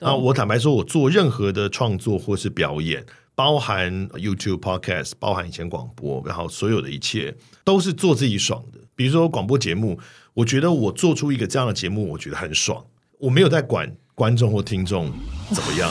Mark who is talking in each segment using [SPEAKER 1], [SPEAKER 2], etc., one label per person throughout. [SPEAKER 1] 那我坦白说，我做任何的创作或是表演，包含 YouTube、Podcast，包含以前广播，然后所有的一切都是做自己爽的。比如说广播节目，我觉得我做出一个这样的节目，我觉得很爽，我没有在管观众或听众怎么样。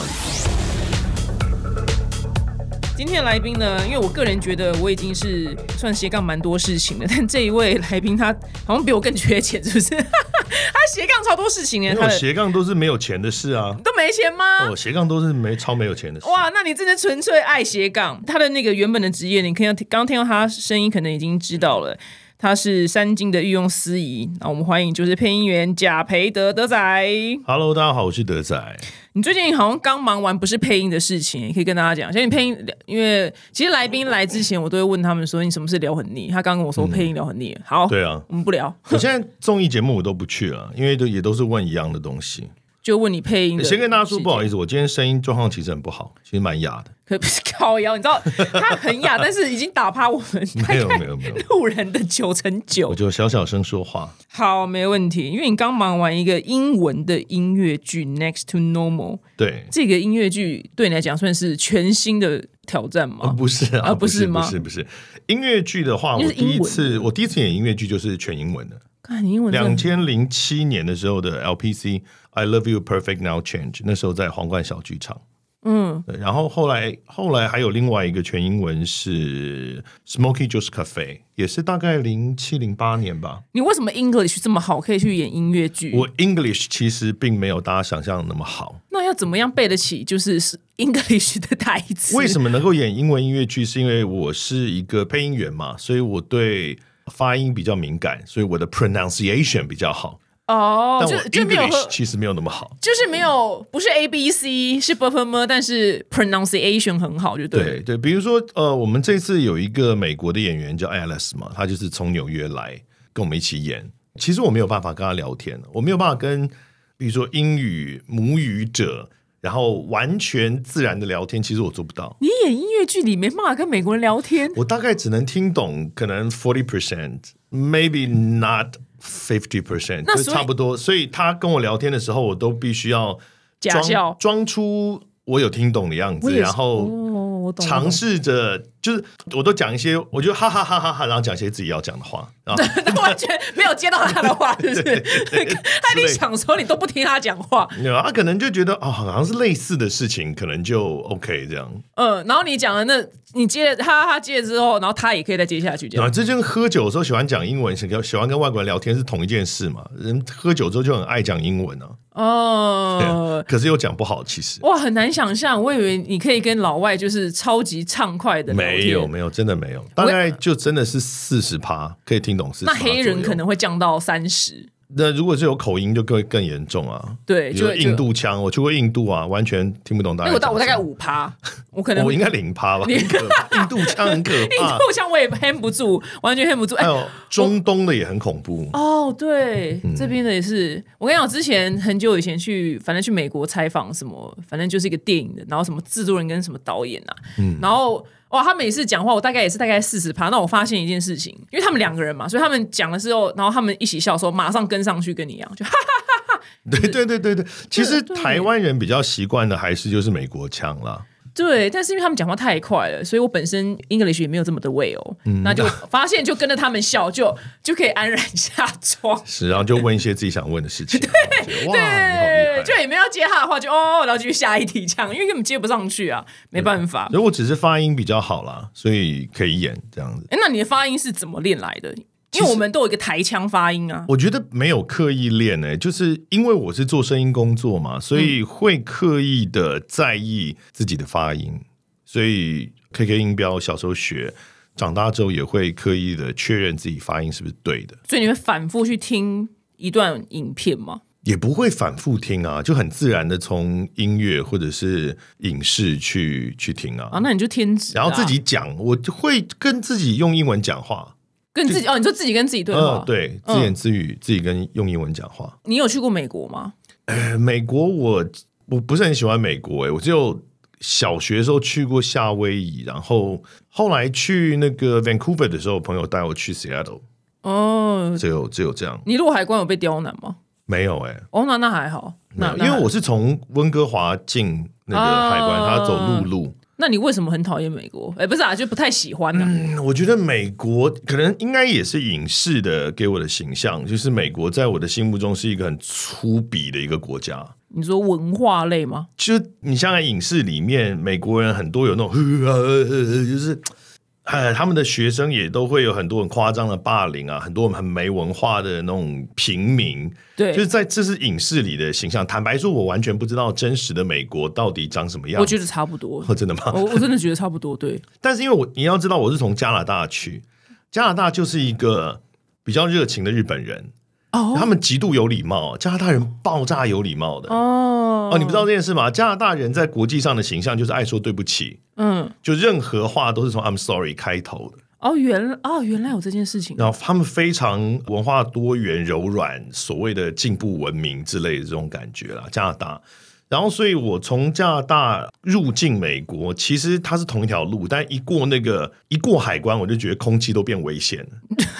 [SPEAKER 2] 今天的来宾呢，因为我个人觉得我已经是算斜杠蛮多事情的， 但这一位来宾他好像比我更缺钱，是不 是？他斜杠超多事情呢，
[SPEAKER 1] 因为
[SPEAKER 2] 他
[SPEAKER 1] 我
[SPEAKER 2] 的
[SPEAKER 1] 斜杠都是没有钱的事啊，
[SPEAKER 2] 都没钱吗？
[SPEAKER 1] 我斜杠都是没超没有钱的事。
[SPEAKER 2] 哇，那你真的纯粹爱斜杠。他的那个原本的职业，你看刚刚听到他声音，可能已经知道了，他是三金的御用司仪。那我们欢迎就是配音员贾培德德仔。
[SPEAKER 1] Hello，大家好，我是德仔。
[SPEAKER 2] 你最近好像刚忙完不是配音的事情，也可以跟大家讲。像你配音，因为其实来宾来之前，我都会问他们说你什么事聊很腻。他刚跟我说配音聊很腻，好，
[SPEAKER 1] 对啊，
[SPEAKER 2] 我们不聊，
[SPEAKER 1] 我现在综艺节目我都不去了，因为都也都是问一样的东西。
[SPEAKER 2] 就问你配音的。
[SPEAKER 1] 先跟大家说不好
[SPEAKER 2] 思，
[SPEAKER 1] 意思，我今天声音状况其实很不好，其实蛮哑的。
[SPEAKER 2] 可不是靠腰，你知道他很哑，但是已经打趴我们
[SPEAKER 1] 没有 没有 没有，
[SPEAKER 2] 路人的九成九
[SPEAKER 1] 我。就小小声说话。
[SPEAKER 2] 好，没问题。因为你刚忙完一个英文的音乐剧《Next to Normal》，
[SPEAKER 1] 对，
[SPEAKER 2] 这个音乐剧对你来讲算是全新的挑战
[SPEAKER 1] 呃
[SPEAKER 2] 吗？
[SPEAKER 1] 不是啊，
[SPEAKER 2] 啊不
[SPEAKER 1] 不
[SPEAKER 2] 是
[SPEAKER 1] 是
[SPEAKER 2] 吗
[SPEAKER 1] 不是不是音乐剧的话，
[SPEAKER 2] 因
[SPEAKER 1] 我
[SPEAKER 2] 为是
[SPEAKER 1] 第
[SPEAKER 2] 英
[SPEAKER 1] 一
[SPEAKER 2] 文嗯
[SPEAKER 1] 次我第一次演音乐剧就是全英文的，
[SPEAKER 2] 看你英文真的
[SPEAKER 1] 两千零七年的时候的 LPC I Love You Perfect Now Change，那时候在皇冠小剧场。嗯，然后后来后来还有另外一个全英文是 Smoky Juice Cafe，也是大概零七零八年吧。
[SPEAKER 2] 你为什么 English 这么好，可以去演音乐剧？
[SPEAKER 1] 我 English 其实并没有大家想象的那么好。
[SPEAKER 2] 那要怎么样背得起就是 English 的台 词？
[SPEAKER 1] 为什
[SPEAKER 2] 么？
[SPEAKER 1] 么能够演英文音乐剧？是因为我是一个配音员嘛，所以我对发音比较敏感，所以我的 pronunciation 比较好。
[SPEAKER 2] 哦，
[SPEAKER 1] 但
[SPEAKER 2] 就
[SPEAKER 1] 我
[SPEAKER 2] 就没有喝
[SPEAKER 1] English，其实没有那么好。
[SPEAKER 2] 就是没有，不是 A B C，是 b u f f e m 但是 pronunciation 很好，就对了。
[SPEAKER 1] 对对，比如说呃，我们这次有一个美国的演员叫 Alice 嘛，她就是从纽约来跟我们一起演。其实我没有办法跟她聊天，我没有办法跟比如说英语母语者，然后完全自然的聊天，其实我做不到。
[SPEAKER 2] 你演音乐剧里没办法跟美国人聊天，
[SPEAKER 1] 我大概只能听懂可能 forty percent，maybe not fifty percent，
[SPEAKER 2] 那
[SPEAKER 1] 就
[SPEAKER 2] 所以
[SPEAKER 1] 差不多。所以他跟我聊天的时候，我都必须要
[SPEAKER 2] 假笑
[SPEAKER 1] 装装出我有听懂的样子，
[SPEAKER 2] 我也是
[SPEAKER 1] 然后
[SPEAKER 2] 哦，我懂了。
[SPEAKER 1] 尝试着就是我都讲一些，我就哈哈哈哈哈，然后讲一些自己要讲的话，啊 然后
[SPEAKER 2] 完全没有接到他 的话，是不是？他一定想说你都不听他讲话，
[SPEAKER 1] 他可能就觉得哦，好像是类似的事情，可能就 OK 这样。
[SPEAKER 2] 嗯，然后你讲的那，你接他他接了之后，然后他也可以再接下去这
[SPEAKER 1] 啊，
[SPEAKER 2] 样。
[SPEAKER 1] 这就跟喝酒的时候喜欢讲英文，喜欢喜欢跟外国人聊天是同一件事嘛。人喝酒之后就很爱讲英文啊。啊
[SPEAKER 2] 哦，
[SPEAKER 1] 可是又讲不好，其实
[SPEAKER 2] 哇，很难想象，我以为你可以跟老外就是超级畅快的聊天
[SPEAKER 1] 没有。没有，真的没有，大概就真的是四十趴可以听懂四十。
[SPEAKER 2] 那黑人可能会降到三十，
[SPEAKER 1] 那如果是有口音就更更严重啊，
[SPEAKER 2] 对，
[SPEAKER 1] 比如
[SPEAKER 2] 就
[SPEAKER 1] 说印。度腔，我去过印度啊，完全听不懂大
[SPEAKER 2] 因
[SPEAKER 1] 家
[SPEAKER 2] 为
[SPEAKER 1] 在
[SPEAKER 2] 我大
[SPEAKER 1] 讲什么。
[SPEAKER 2] 我大概五 趴，我可能
[SPEAKER 1] 我
[SPEAKER 2] 印
[SPEAKER 1] 应该零趴 吧，很可怕印度啊腔很可怕。
[SPEAKER 2] 度 像我也 handle 不住，完全 handle 不住。哎
[SPEAKER 1] 还，有中东的也很恐怖，
[SPEAKER 2] 哦，对，
[SPEAKER 1] 嗯
[SPEAKER 2] 这边的也是。我跟你讲，我之前很久以前去，反正去美国采访什么，反正就是一个电影的，然后什么制作人跟什么导演啊，
[SPEAKER 1] 嗯
[SPEAKER 2] 然后哇，他每次讲话，我大概也是大概四十趴。那我发现一件事情，因为他们两个人嘛，所以他们讲的时候，然后他们一起笑的时候，马上跟上去跟你一样，就哈
[SPEAKER 1] 对对对对对。其实
[SPEAKER 2] 对
[SPEAKER 1] 台湾人比较习惯的还是就是美国腔啦，
[SPEAKER 2] 对。但是因为他们讲话太快了，所以我本身 English 也没有这么的 well，、那
[SPEAKER 1] 嗯
[SPEAKER 2] 就发现就跟着他们笑，就就可以安然下 妆。
[SPEAKER 1] 是，然后就问一些自己想问的事 情。对对，哇，你好厉害
[SPEAKER 2] 对，就也没有要接他的话，就哦，然后继续下一题这样，因为根本接不上去啊，没办法。
[SPEAKER 1] 如果只是发音比较好啦，所以可以演这样子。
[SPEAKER 2] 哎，那你的发音是怎么练来的？因为我们都有一个台腔发音啊，
[SPEAKER 1] 我觉得没有刻意练诶、就是因为我是做声音工作嘛，所以会刻意的在意自己的发音，所以 KK 音标小时候学，长大之后也会刻意的确认自己发音是不是对的，
[SPEAKER 2] 所以你会反复去听一段影片吗？
[SPEAKER 1] 也不会反复听啊，就很自然的从音乐或者是影视去去听啊，
[SPEAKER 2] 啊，那你就天职、
[SPEAKER 1] 然后自己讲，我就会跟自己用英文讲话，
[SPEAKER 2] 跟自己哦，你说自己跟自己对话
[SPEAKER 1] 嗯，。，对，自言自语，自己跟用英文讲话。
[SPEAKER 2] 你有去过美国吗？
[SPEAKER 1] 呃美国我我不是很喜欢美国、欸，我只有小学的时候去过夏威夷，然后后来去那个 Vancouver 的时候，朋友带我去 Seattle，
[SPEAKER 2] 哦，
[SPEAKER 1] 只有只有这样。
[SPEAKER 2] 你入海关有被刁难吗？
[SPEAKER 1] 没有哎、
[SPEAKER 2] 哦，那那还好，
[SPEAKER 1] 没
[SPEAKER 2] 那
[SPEAKER 1] 有，
[SPEAKER 2] 那
[SPEAKER 1] 因为
[SPEAKER 2] 还
[SPEAKER 1] 我是从温哥华进那个海关，
[SPEAKER 2] 啊
[SPEAKER 1] 他走陆路。
[SPEAKER 2] 那你为什么很讨厌美国？哎、不是啊，就不太喜欢啊。
[SPEAKER 1] 我觉得美国可能应该也是影视的给我的形象，就是美国在我的心目中是一个很粗鄙的一个国家。
[SPEAKER 2] 你说文化类吗？
[SPEAKER 1] 就你像在影视里面，美国人很多有那种，就是呃，他们的学生也都会有很多很夸张的霸凌啊，很多很没文化的那种平民，
[SPEAKER 2] 对，
[SPEAKER 1] 就是在这是影视里的形象。坦白说，我完全不知道真实的美国到底长什么样。
[SPEAKER 2] 我觉得差不多。
[SPEAKER 1] 哦真的吗？
[SPEAKER 2] 我我真的觉得差不多，对，
[SPEAKER 1] 但是因为我你要知道，我是从加拿大去，加拿大就是一个比较热情的日本人，
[SPEAKER 2] 哦
[SPEAKER 1] 他们极度有礼貌，加拿大人爆炸有礼貌的。哦
[SPEAKER 2] 哦
[SPEAKER 1] 你不知道这件事吗？加拿大人在国际上的形象就是爱说对不起，
[SPEAKER 2] 嗯，
[SPEAKER 1] 就任何话都是从 I'm sorry 开头的。
[SPEAKER 2] 哦，原来哦，原来有这件事情，
[SPEAKER 1] 然后他们非常文化多元、柔软，所谓的进步文明之类的这种感觉啦，加拿大。然后，所以我从加拿大入境美国，其实它是同一条路，但一过那个一过海关，我就觉得空气都变危险了。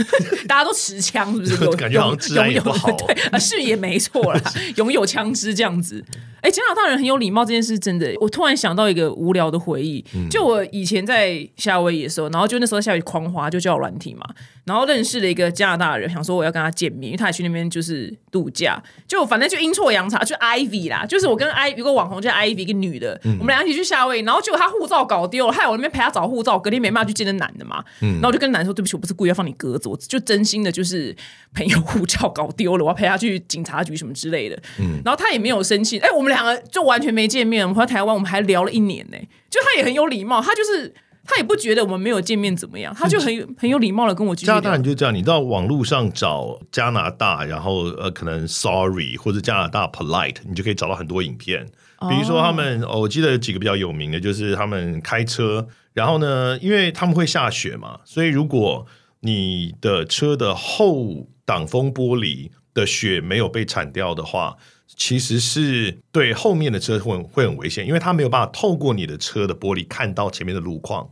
[SPEAKER 2] 大家都持枪，是不 是？有
[SPEAKER 1] 感觉好像治安也不好哦
[SPEAKER 2] 有有 对啊，是也没错 啦，拥有枪支这样子。哎，加拿大人很有礼貌，这件事真的。我突然想到一个无聊的回忆，
[SPEAKER 1] 嗯
[SPEAKER 2] 就我以前在夏威夷的时候，然后就那时候夏威夷狂滑，就叫软体嘛，然后认识了一个加拿大人，想说我要跟他见面，因为他也去那边就是度假，就反正就阴错阳差，就 Ivy 啦，就是我跟 I 有个网红叫 Ivy 一个女的，
[SPEAKER 1] 嗯
[SPEAKER 2] 我们俩一起去夏威夷，然后结果她护照搞丢了，害我那边陪她找护照，隔天没办法去见那男的嘛，
[SPEAKER 1] 嗯
[SPEAKER 2] 然后我就跟男的说对不起，我不是故意要放你鸽子，我就真心的就是朋友护照搞丢了，我要陪他去警察局什么之类的，
[SPEAKER 1] 嗯
[SPEAKER 2] 然后他也没有生气，哎、我们两个就完全没见面，我们回到台湾我们还聊了一年呢、就他也很有礼貌，他就是。他也不觉得我们没有见面怎么样，他就很有很有礼貌的跟我继续
[SPEAKER 1] 加
[SPEAKER 2] 聊
[SPEAKER 1] 拿大人就这样，你到网络上找加拿大，然后呃，可能 sorry 或者加拿大 polite，你就可以找到很多影片。比如说他们，哦我记得有几个比较有名的，就是他们开车，然后呢，因为他们会下雪嘛，所以如果你的车的后挡风玻璃的雪没有被铲掉的话，其实是对后面的车会很会很危险，因为它没有办法透过你的车的玻璃看到前面的路况。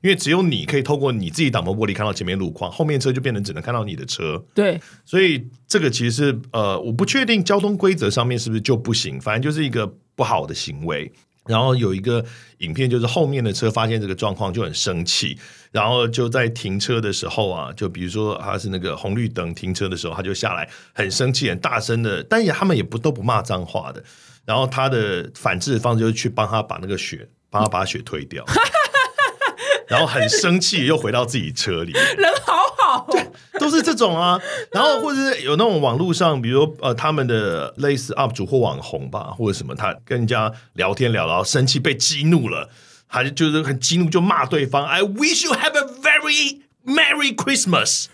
[SPEAKER 1] 因为只有你可以透过你自己挡风玻璃看到前面路况，后面车就变成只能看到你的车，
[SPEAKER 2] 对，
[SPEAKER 1] 所以这个其实是呃，我不确定交通规则上面是不是就不行，反正就是一个不好的行为。然后有一个影片，就是后面的车发现这个状况就很生气，然后就在停车的时候啊，就比如说他是那个红绿灯停车的时候，他就下来很生气、很大声的，但也他们也不都不骂脏话的。然后他的反制的方式就是去帮他把那个雪，帮他把雪推掉，然后很生气又回到自己车里面。
[SPEAKER 2] 人好好哦、
[SPEAKER 1] 都是这种啊。然后或者是有那种网络上，比如说呃，他们的类似 UP 主或网红吧，或者什么，他跟人家聊天聊，然后生气被激怒了，他就就是很激怒，就骂对方，I wish you have a very Merry Christmas。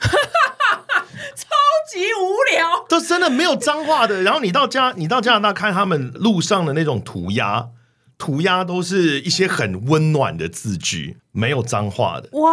[SPEAKER 2] 超级无聊。
[SPEAKER 1] 都真的没有脏话的。然后你到加，你到加拿大看他们路上的那种涂鸦，涂鸦都是一些很温暖的字句，没有脏话的。
[SPEAKER 2] 哇！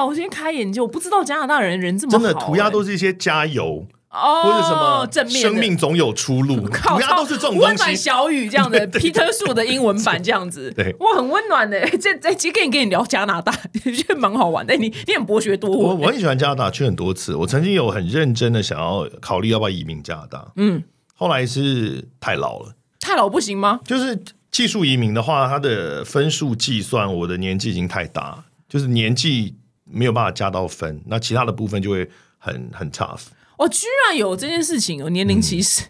[SPEAKER 2] 哦我今天开眼界，我不知道加拿大人人这么好
[SPEAKER 1] 真
[SPEAKER 2] 欸、
[SPEAKER 1] 的，涂鸦都是一些加油，
[SPEAKER 2] 哦，
[SPEAKER 1] 或者什么
[SPEAKER 2] 正面的
[SPEAKER 1] 生命总有出路，
[SPEAKER 2] 靠，
[SPEAKER 1] 涂鸦都是这种东
[SPEAKER 2] 温暖
[SPEAKER 1] 西。
[SPEAKER 2] 小雨 这样的，皮特树的英文版这样子，
[SPEAKER 1] 对
[SPEAKER 2] 哇，很温暖的。这这今天跟你跟你聊加拿大， 觉得蛮好玩的。哎你你很博学多
[SPEAKER 1] 我
[SPEAKER 2] 闻，哎
[SPEAKER 1] 我很喜欢加拿大，去很多次。我曾经有很认真的想要考虑要不要移民加拿大，嗯，后来是太老了，
[SPEAKER 2] 太老不行吗？
[SPEAKER 1] 就是技术移民的话，它的分数计算，我的年纪已经太大，就是年纪没有办法加到分，那其他的部分就会很很 tough。
[SPEAKER 2] 哦，居然有这件事情哦，年龄歧视，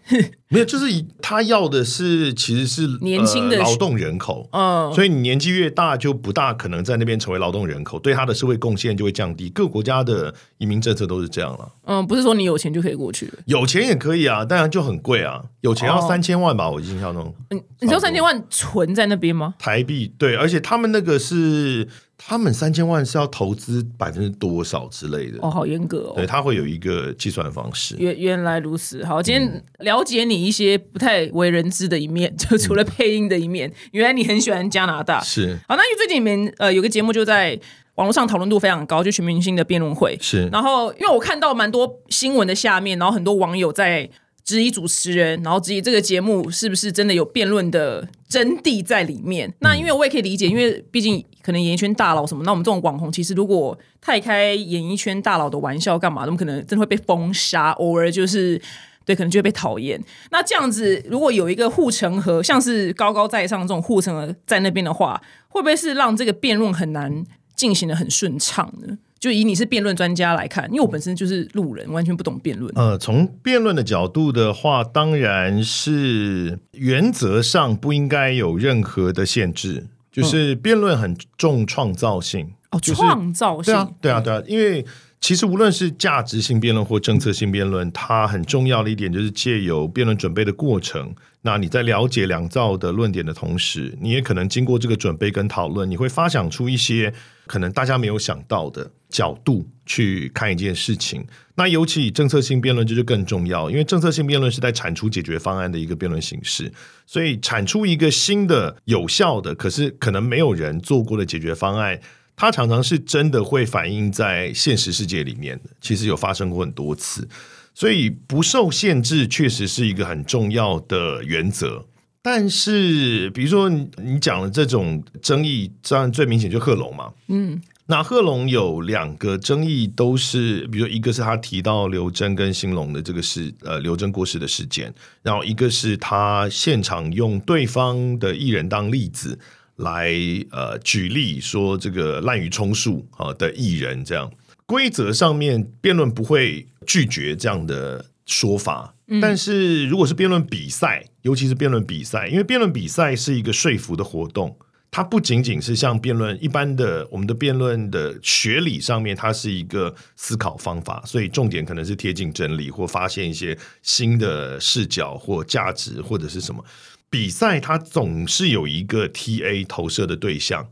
[SPEAKER 1] 没有，就是以他要的是其实是
[SPEAKER 2] 年轻的
[SPEAKER 1] 呃劳动人口，
[SPEAKER 2] 嗯，
[SPEAKER 1] 所以你年纪越大，就不大可能在那边成为劳动人口，对他的社会贡献就会降低。各国家的移民政策都是这样了，
[SPEAKER 2] 嗯，不是说你有钱就可以过去了。
[SPEAKER 1] 有钱也可以啊，当然就很贵啊，有钱要
[SPEAKER 2] 哦
[SPEAKER 1] 三千万吧，我印象中。
[SPEAKER 2] 嗯，你知道三千万存在那边吗？
[SPEAKER 1] 台币对，而且他们那个是他们三千万是要投资百分之多少之类的，
[SPEAKER 2] 哦，好严格哦。
[SPEAKER 1] 对，他会有一个计算方式。
[SPEAKER 2] 原原来如此，好，今
[SPEAKER 1] 嗯
[SPEAKER 2] 天了解你一些不太为人知的一面，就除
[SPEAKER 1] 嗯
[SPEAKER 2] 了配音的一面，原来你很喜欢加拿大。
[SPEAKER 1] 是
[SPEAKER 2] 好，那因为最近你们呃有个节目就在网络上讨论度非常高，就全明星的辩论会。
[SPEAKER 1] 是，
[SPEAKER 2] 然后因为我看到蛮多新闻的下面，然后很多网友在质疑主持人，然后质疑这个节目是不是真的有辩论的真谛在里面。那因为我也可以理解，因为毕竟可能演艺圈大佬什么，那我们这种网红其实如果太开演艺圈大佬的玩笑干嘛，他们可能真的会被封杀，偶尔就是。对，可能就会被讨厌。那这样子，如果有一个护城河，像是高高在上这种护城河在那边的话，会不会是让这个辩论很难进行的很顺畅呢？就以你是辩论专家来看，因为我本身就是路人，完全不懂辩论。
[SPEAKER 1] 呃，从辩论的角度的话，当然是原则上不应该有任何的限制，就是辩论很重创造性。
[SPEAKER 2] 哦，
[SPEAKER 1] 就是
[SPEAKER 2] 创造
[SPEAKER 1] 对
[SPEAKER 2] 性，
[SPEAKER 1] 啊，对啊，对啊，因为其实无论是价值性辩论或政策性辩论，它很重要的一点就是借由辩论准备的过程，那你在了解两造的论点的同时，你也可能经过这个准备跟讨论，你会发想出一些可能大家没有想到的角度去看一件事情。那尤其以政策性辩论，这就更重要，因为政策性辩论是在产出解决方案的一个辩论形式，所以产出一个新的、有效的，可是可能没有人做过的解决方案，它常常是真的会反映在现实世界里面的，其实有发生过很多次，所以不受限制确实是一个很重要的原则。但是，比如说你你讲的这种争议，当然最明显就贺龙嘛，嗯，那贺龙有两个争议都是，比如说一个是他提到刘真跟兴隆的这个事，呃，刘真过世的事件，然后一个是他现场用对方的艺人当例子，来呃举例说这个滥竽充数啊的艺人这样。规则上面辩论不会拒绝这样的说法，但是如果是辩论比赛，尤其是辩论比赛，因为辩论比赛是一个说服的活动。它不仅仅是像辩论一般的，我们的辩论的学理上面，它是一个思考方法，所以重点可能是贴近真理或发现一些新的视角或价值或者是什么。比赛它总是有一个 TA 投射的对象，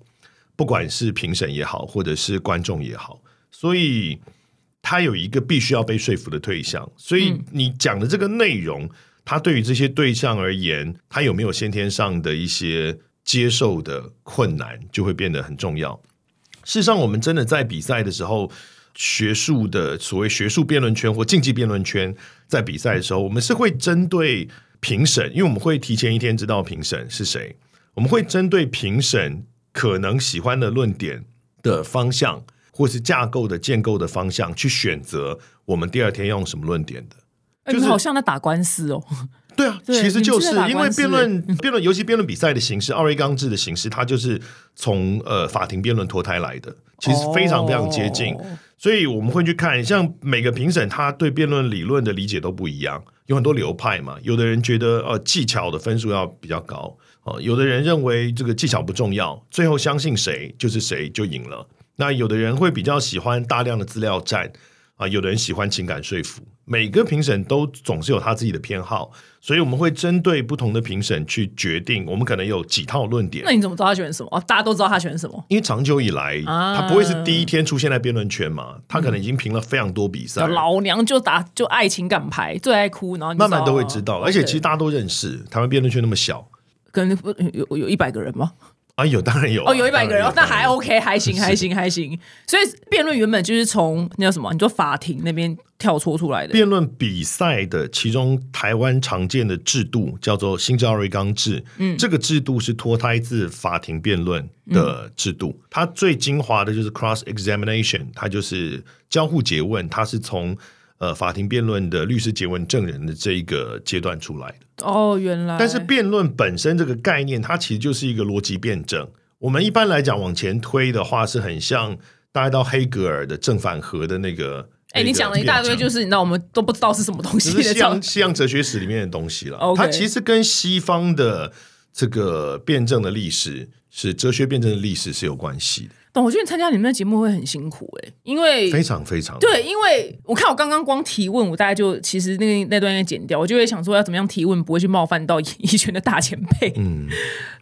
[SPEAKER 1] 不管是评审也好，或者是观众也好，所以它有一个必须要被说服的对象。所以你讲的这个内容，它对于这些对象而言，它有没有先天上的一些接受的困难，就会变得很重要。事实上，我们真的在比赛的时候，学术的所谓学术辩论圈或竞技辩论圈，在比赛的时候，我们是会针对评审，因为我们会提前一天知道评审是谁，我们会针对评审可能喜欢的论点的方向，或是架构的建构的方向，去选择我们第二天用什么论点的。
[SPEAKER 2] 哎
[SPEAKER 1] 就是
[SPEAKER 2] 你们好像在打官司哦。
[SPEAKER 1] 对啊，
[SPEAKER 2] 对
[SPEAKER 1] 其实就
[SPEAKER 2] 你
[SPEAKER 1] 是
[SPEAKER 2] 们是在打
[SPEAKER 1] 因为
[SPEAKER 2] 官司
[SPEAKER 1] 辩论辩论，尤其辩论比赛的形式，奥瑞冈制的形式，它就是从呃法庭辩论脱胎来的，其实非常非常接近。
[SPEAKER 2] 哦
[SPEAKER 1] 所以我们会去看，像每个评审他对辩论理论的理解都不一样，有很多流派嘛。有的人觉得呃技巧的分数要比较高，哦，有的人认为这个技巧不重要，最后相信谁就是谁就赢了。那有的人会比较喜欢大量的资料站啊、有的人喜欢情感说服。每个评审都总是有他自己的偏好，所以我们会针对不同的评审去决定，我们可能有几套论点
[SPEAKER 2] 那。你怎么知道他选什么？哦，大家都知道他选什么，
[SPEAKER 1] 因为长久以来，
[SPEAKER 2] 啊
[SPEAKER 1] 他不会是第一天出现在辩论圈嘛，他可能已经评了非常多比赛，
[SPEAKER 2] 老娘就打就爱情感牌，最爱哭，然后你就
[SPEAKER 1] 慢慢都会知道。
[SPEAKER 2] 哦
[SPEAKER 1] 而且其实
[SPEAKER 2] 对
[SPEAKER 1] 大家都认识，台湾辩论圈那么小
[SPEAKER 2] 可能不有有有一百个人吗？
[SPEAKER 1] 啊，有当然有啊
[SPEAKER 2] 哦，有一百个人，哦那
[SPEAKER 1] 当然
[SPEAKER 2] 还 OK，还行，还行，还行。所以辩论原本就是从那叫什么？你说法庭那边跳脱出来的。
[SPEAKER 1] 辩论比赛的其中台湾常见的制度叫做新教瑞纲制，嗯，这个制度是脱胎自法庭辩论的制度，它最精华的就是 cross examination，它就是交互诘问，它是从呃法庭辩论的律师诘问证人的这一个阶段出来的。
[SPEAKER 2] 哦，原来。
[SPEAKER 1] 但是辩论本身这个概念，它其实就是一个逻辑辩证。我们一般来讲往前推的话，是很像大概到黑格尔的正反合的那个。
[SPEAKER 2] 哎、你讲了一大堆，就是是你知道我们都不知道是什么东
[SPEAKER 1] 只
[SPEAKER 2] 西
[SPEAKER 1] 是
[SPEAKER 2] 的
[SPEAKER 1] 西
[SPEAKER 2] 这样
[SPEAKER 1] 洋。西洋哲学史里面的东西了。
[SPEAKER 2] OK
[SPEAKER 1] 它其实跟西方的这个辩证的历史是哲学辩证的历史是有关系的，
[SPEAKER 2] 但我觉得参加你们的节目会很辛苦哎、因为
[SPEAKER 1] 非常非常
[SPEAKER 2] 对，因为我看我刚刚光提问，我大概就其实那个那段应该剪掉，我就会想说要怎么样提问不会去冒犯到演 艺圈的大前辈，嗯，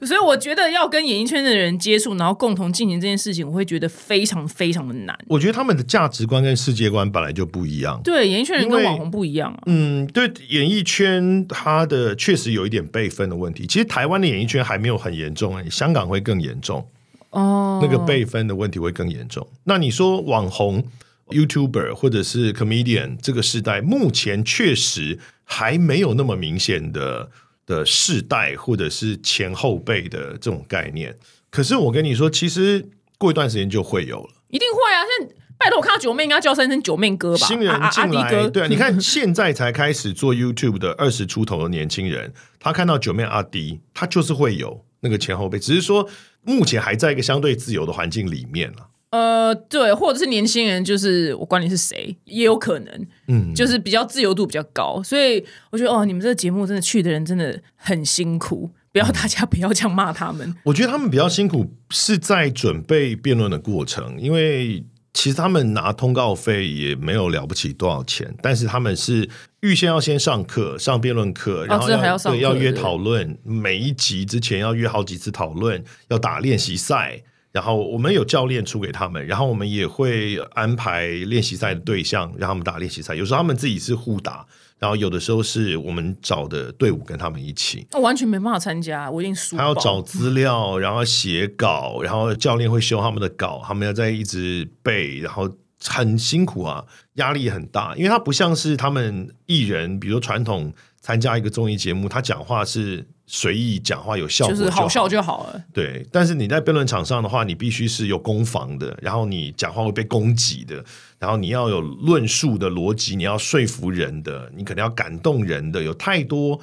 [SPEAKER 2] 所以我觉得要跟演艺圈的人接触，然后共同进行这件事情，我会觉得非常非常的难。
[SPEAKER 1] 我觉得他们的价值观跟世界观本来就不一样。
[SPEAKER 2] 对，演艺圈人
[SPEAKER 1] 因
[SPEAKER 2] 跟
[SPEAKER 1] 为
[SPEAKER 2] 网红不一样啊，
[SPEAKER 1] 嗯，对，演艺圈它的确实有一点辈分的问题。其实台湾的演艺圈还没有很严重、哎，香港会更严重，
[SPEAKER 2] 哦，
[SPEAKER 1] 那个辈分的问题会更严重。那你说网红、YouTuber 或者是 comedian 这个时代，目前确实还没有那么明显的的世代或者是前后辈的这种概念。可是我跟你说，其实过一段时间就会有了。
[SPEAKER 2] 一定会啊！现在拜托，我看到九妹应该叫声一声九妹哥吧，
[SPEAKER 1] 新人
[SPEAKER 2] 阿阿
[SPEAKER 1] 进
[SPEAKER 2] 迪
[SPEAKER 1] 来，
[SPEAKER 2] 哥，
[SPEAKER 1] 对 啊，你看现在才开始做 YouTube 的二十出头的年轻人，他看到九面阿迪，他就是会有那个前后辈，只是说目前还在一个相对自由的环境里面啊了。
[SPEAKER 2] 呃，对，或者是年轻人，就是我管你是谁，也有可能，嗯，就是比较自由度比较高，所以我觉得哦，你们这个节目真的去的人真的很辛苦，不
[SPEAKER 1] 嗯
[SPEAKER 2] 要大家不 要这样骂他们，
[SPEAKER 1] 我觉得他们比较辛苦是在准备辩论的过程，因为其实他们拿通告费也没有了不起多少钱，但是他们是预先要先上课，上辩论课，然后
[SPEAKER 2] 哦这
[SPEAKER 1] 要、
[SPEAKER 2] 还要上
[SPEAKER 1] 对
[SPEAKER 2] 课
[SPEAKER 1] 要约
[SPEAKER 2] 对不对
[SPEAKER 1] 讨论，每一集之前要约好几次讨论，要打练习赛。然后我们有教练出给他们，然后我们也会安排练习赛的对象，让他们打练习赛。有时候他们自己是互打，然后有的时候是我们找的队伍跟他们一起。
[SPEAKER 2] 我完全没办法参加，我已经输
[SPEAKER 1] 他
[SPEAKER 2] 爆
[SPEAKER 1] 要找资料，然后写稿，然后教练会修他们的稿，他们要在一直背，然后很辛苦啊，压力很大，因为他不像是他们艺人，比如说传统参加一个综艺节目，他讲话是随意讲话，有效果
[SPEAKER 2] 就是好
[SPEAKER 1] 好
[SPEAKER 2] 笑就好了，
[SPEAKER 1] 对，但是你在辩论场上的话，你必须是有攻防的，然后你讲话会被攻击的，然后你要有论述的逻辑，你要说服人的，你可能要感动人的，有太多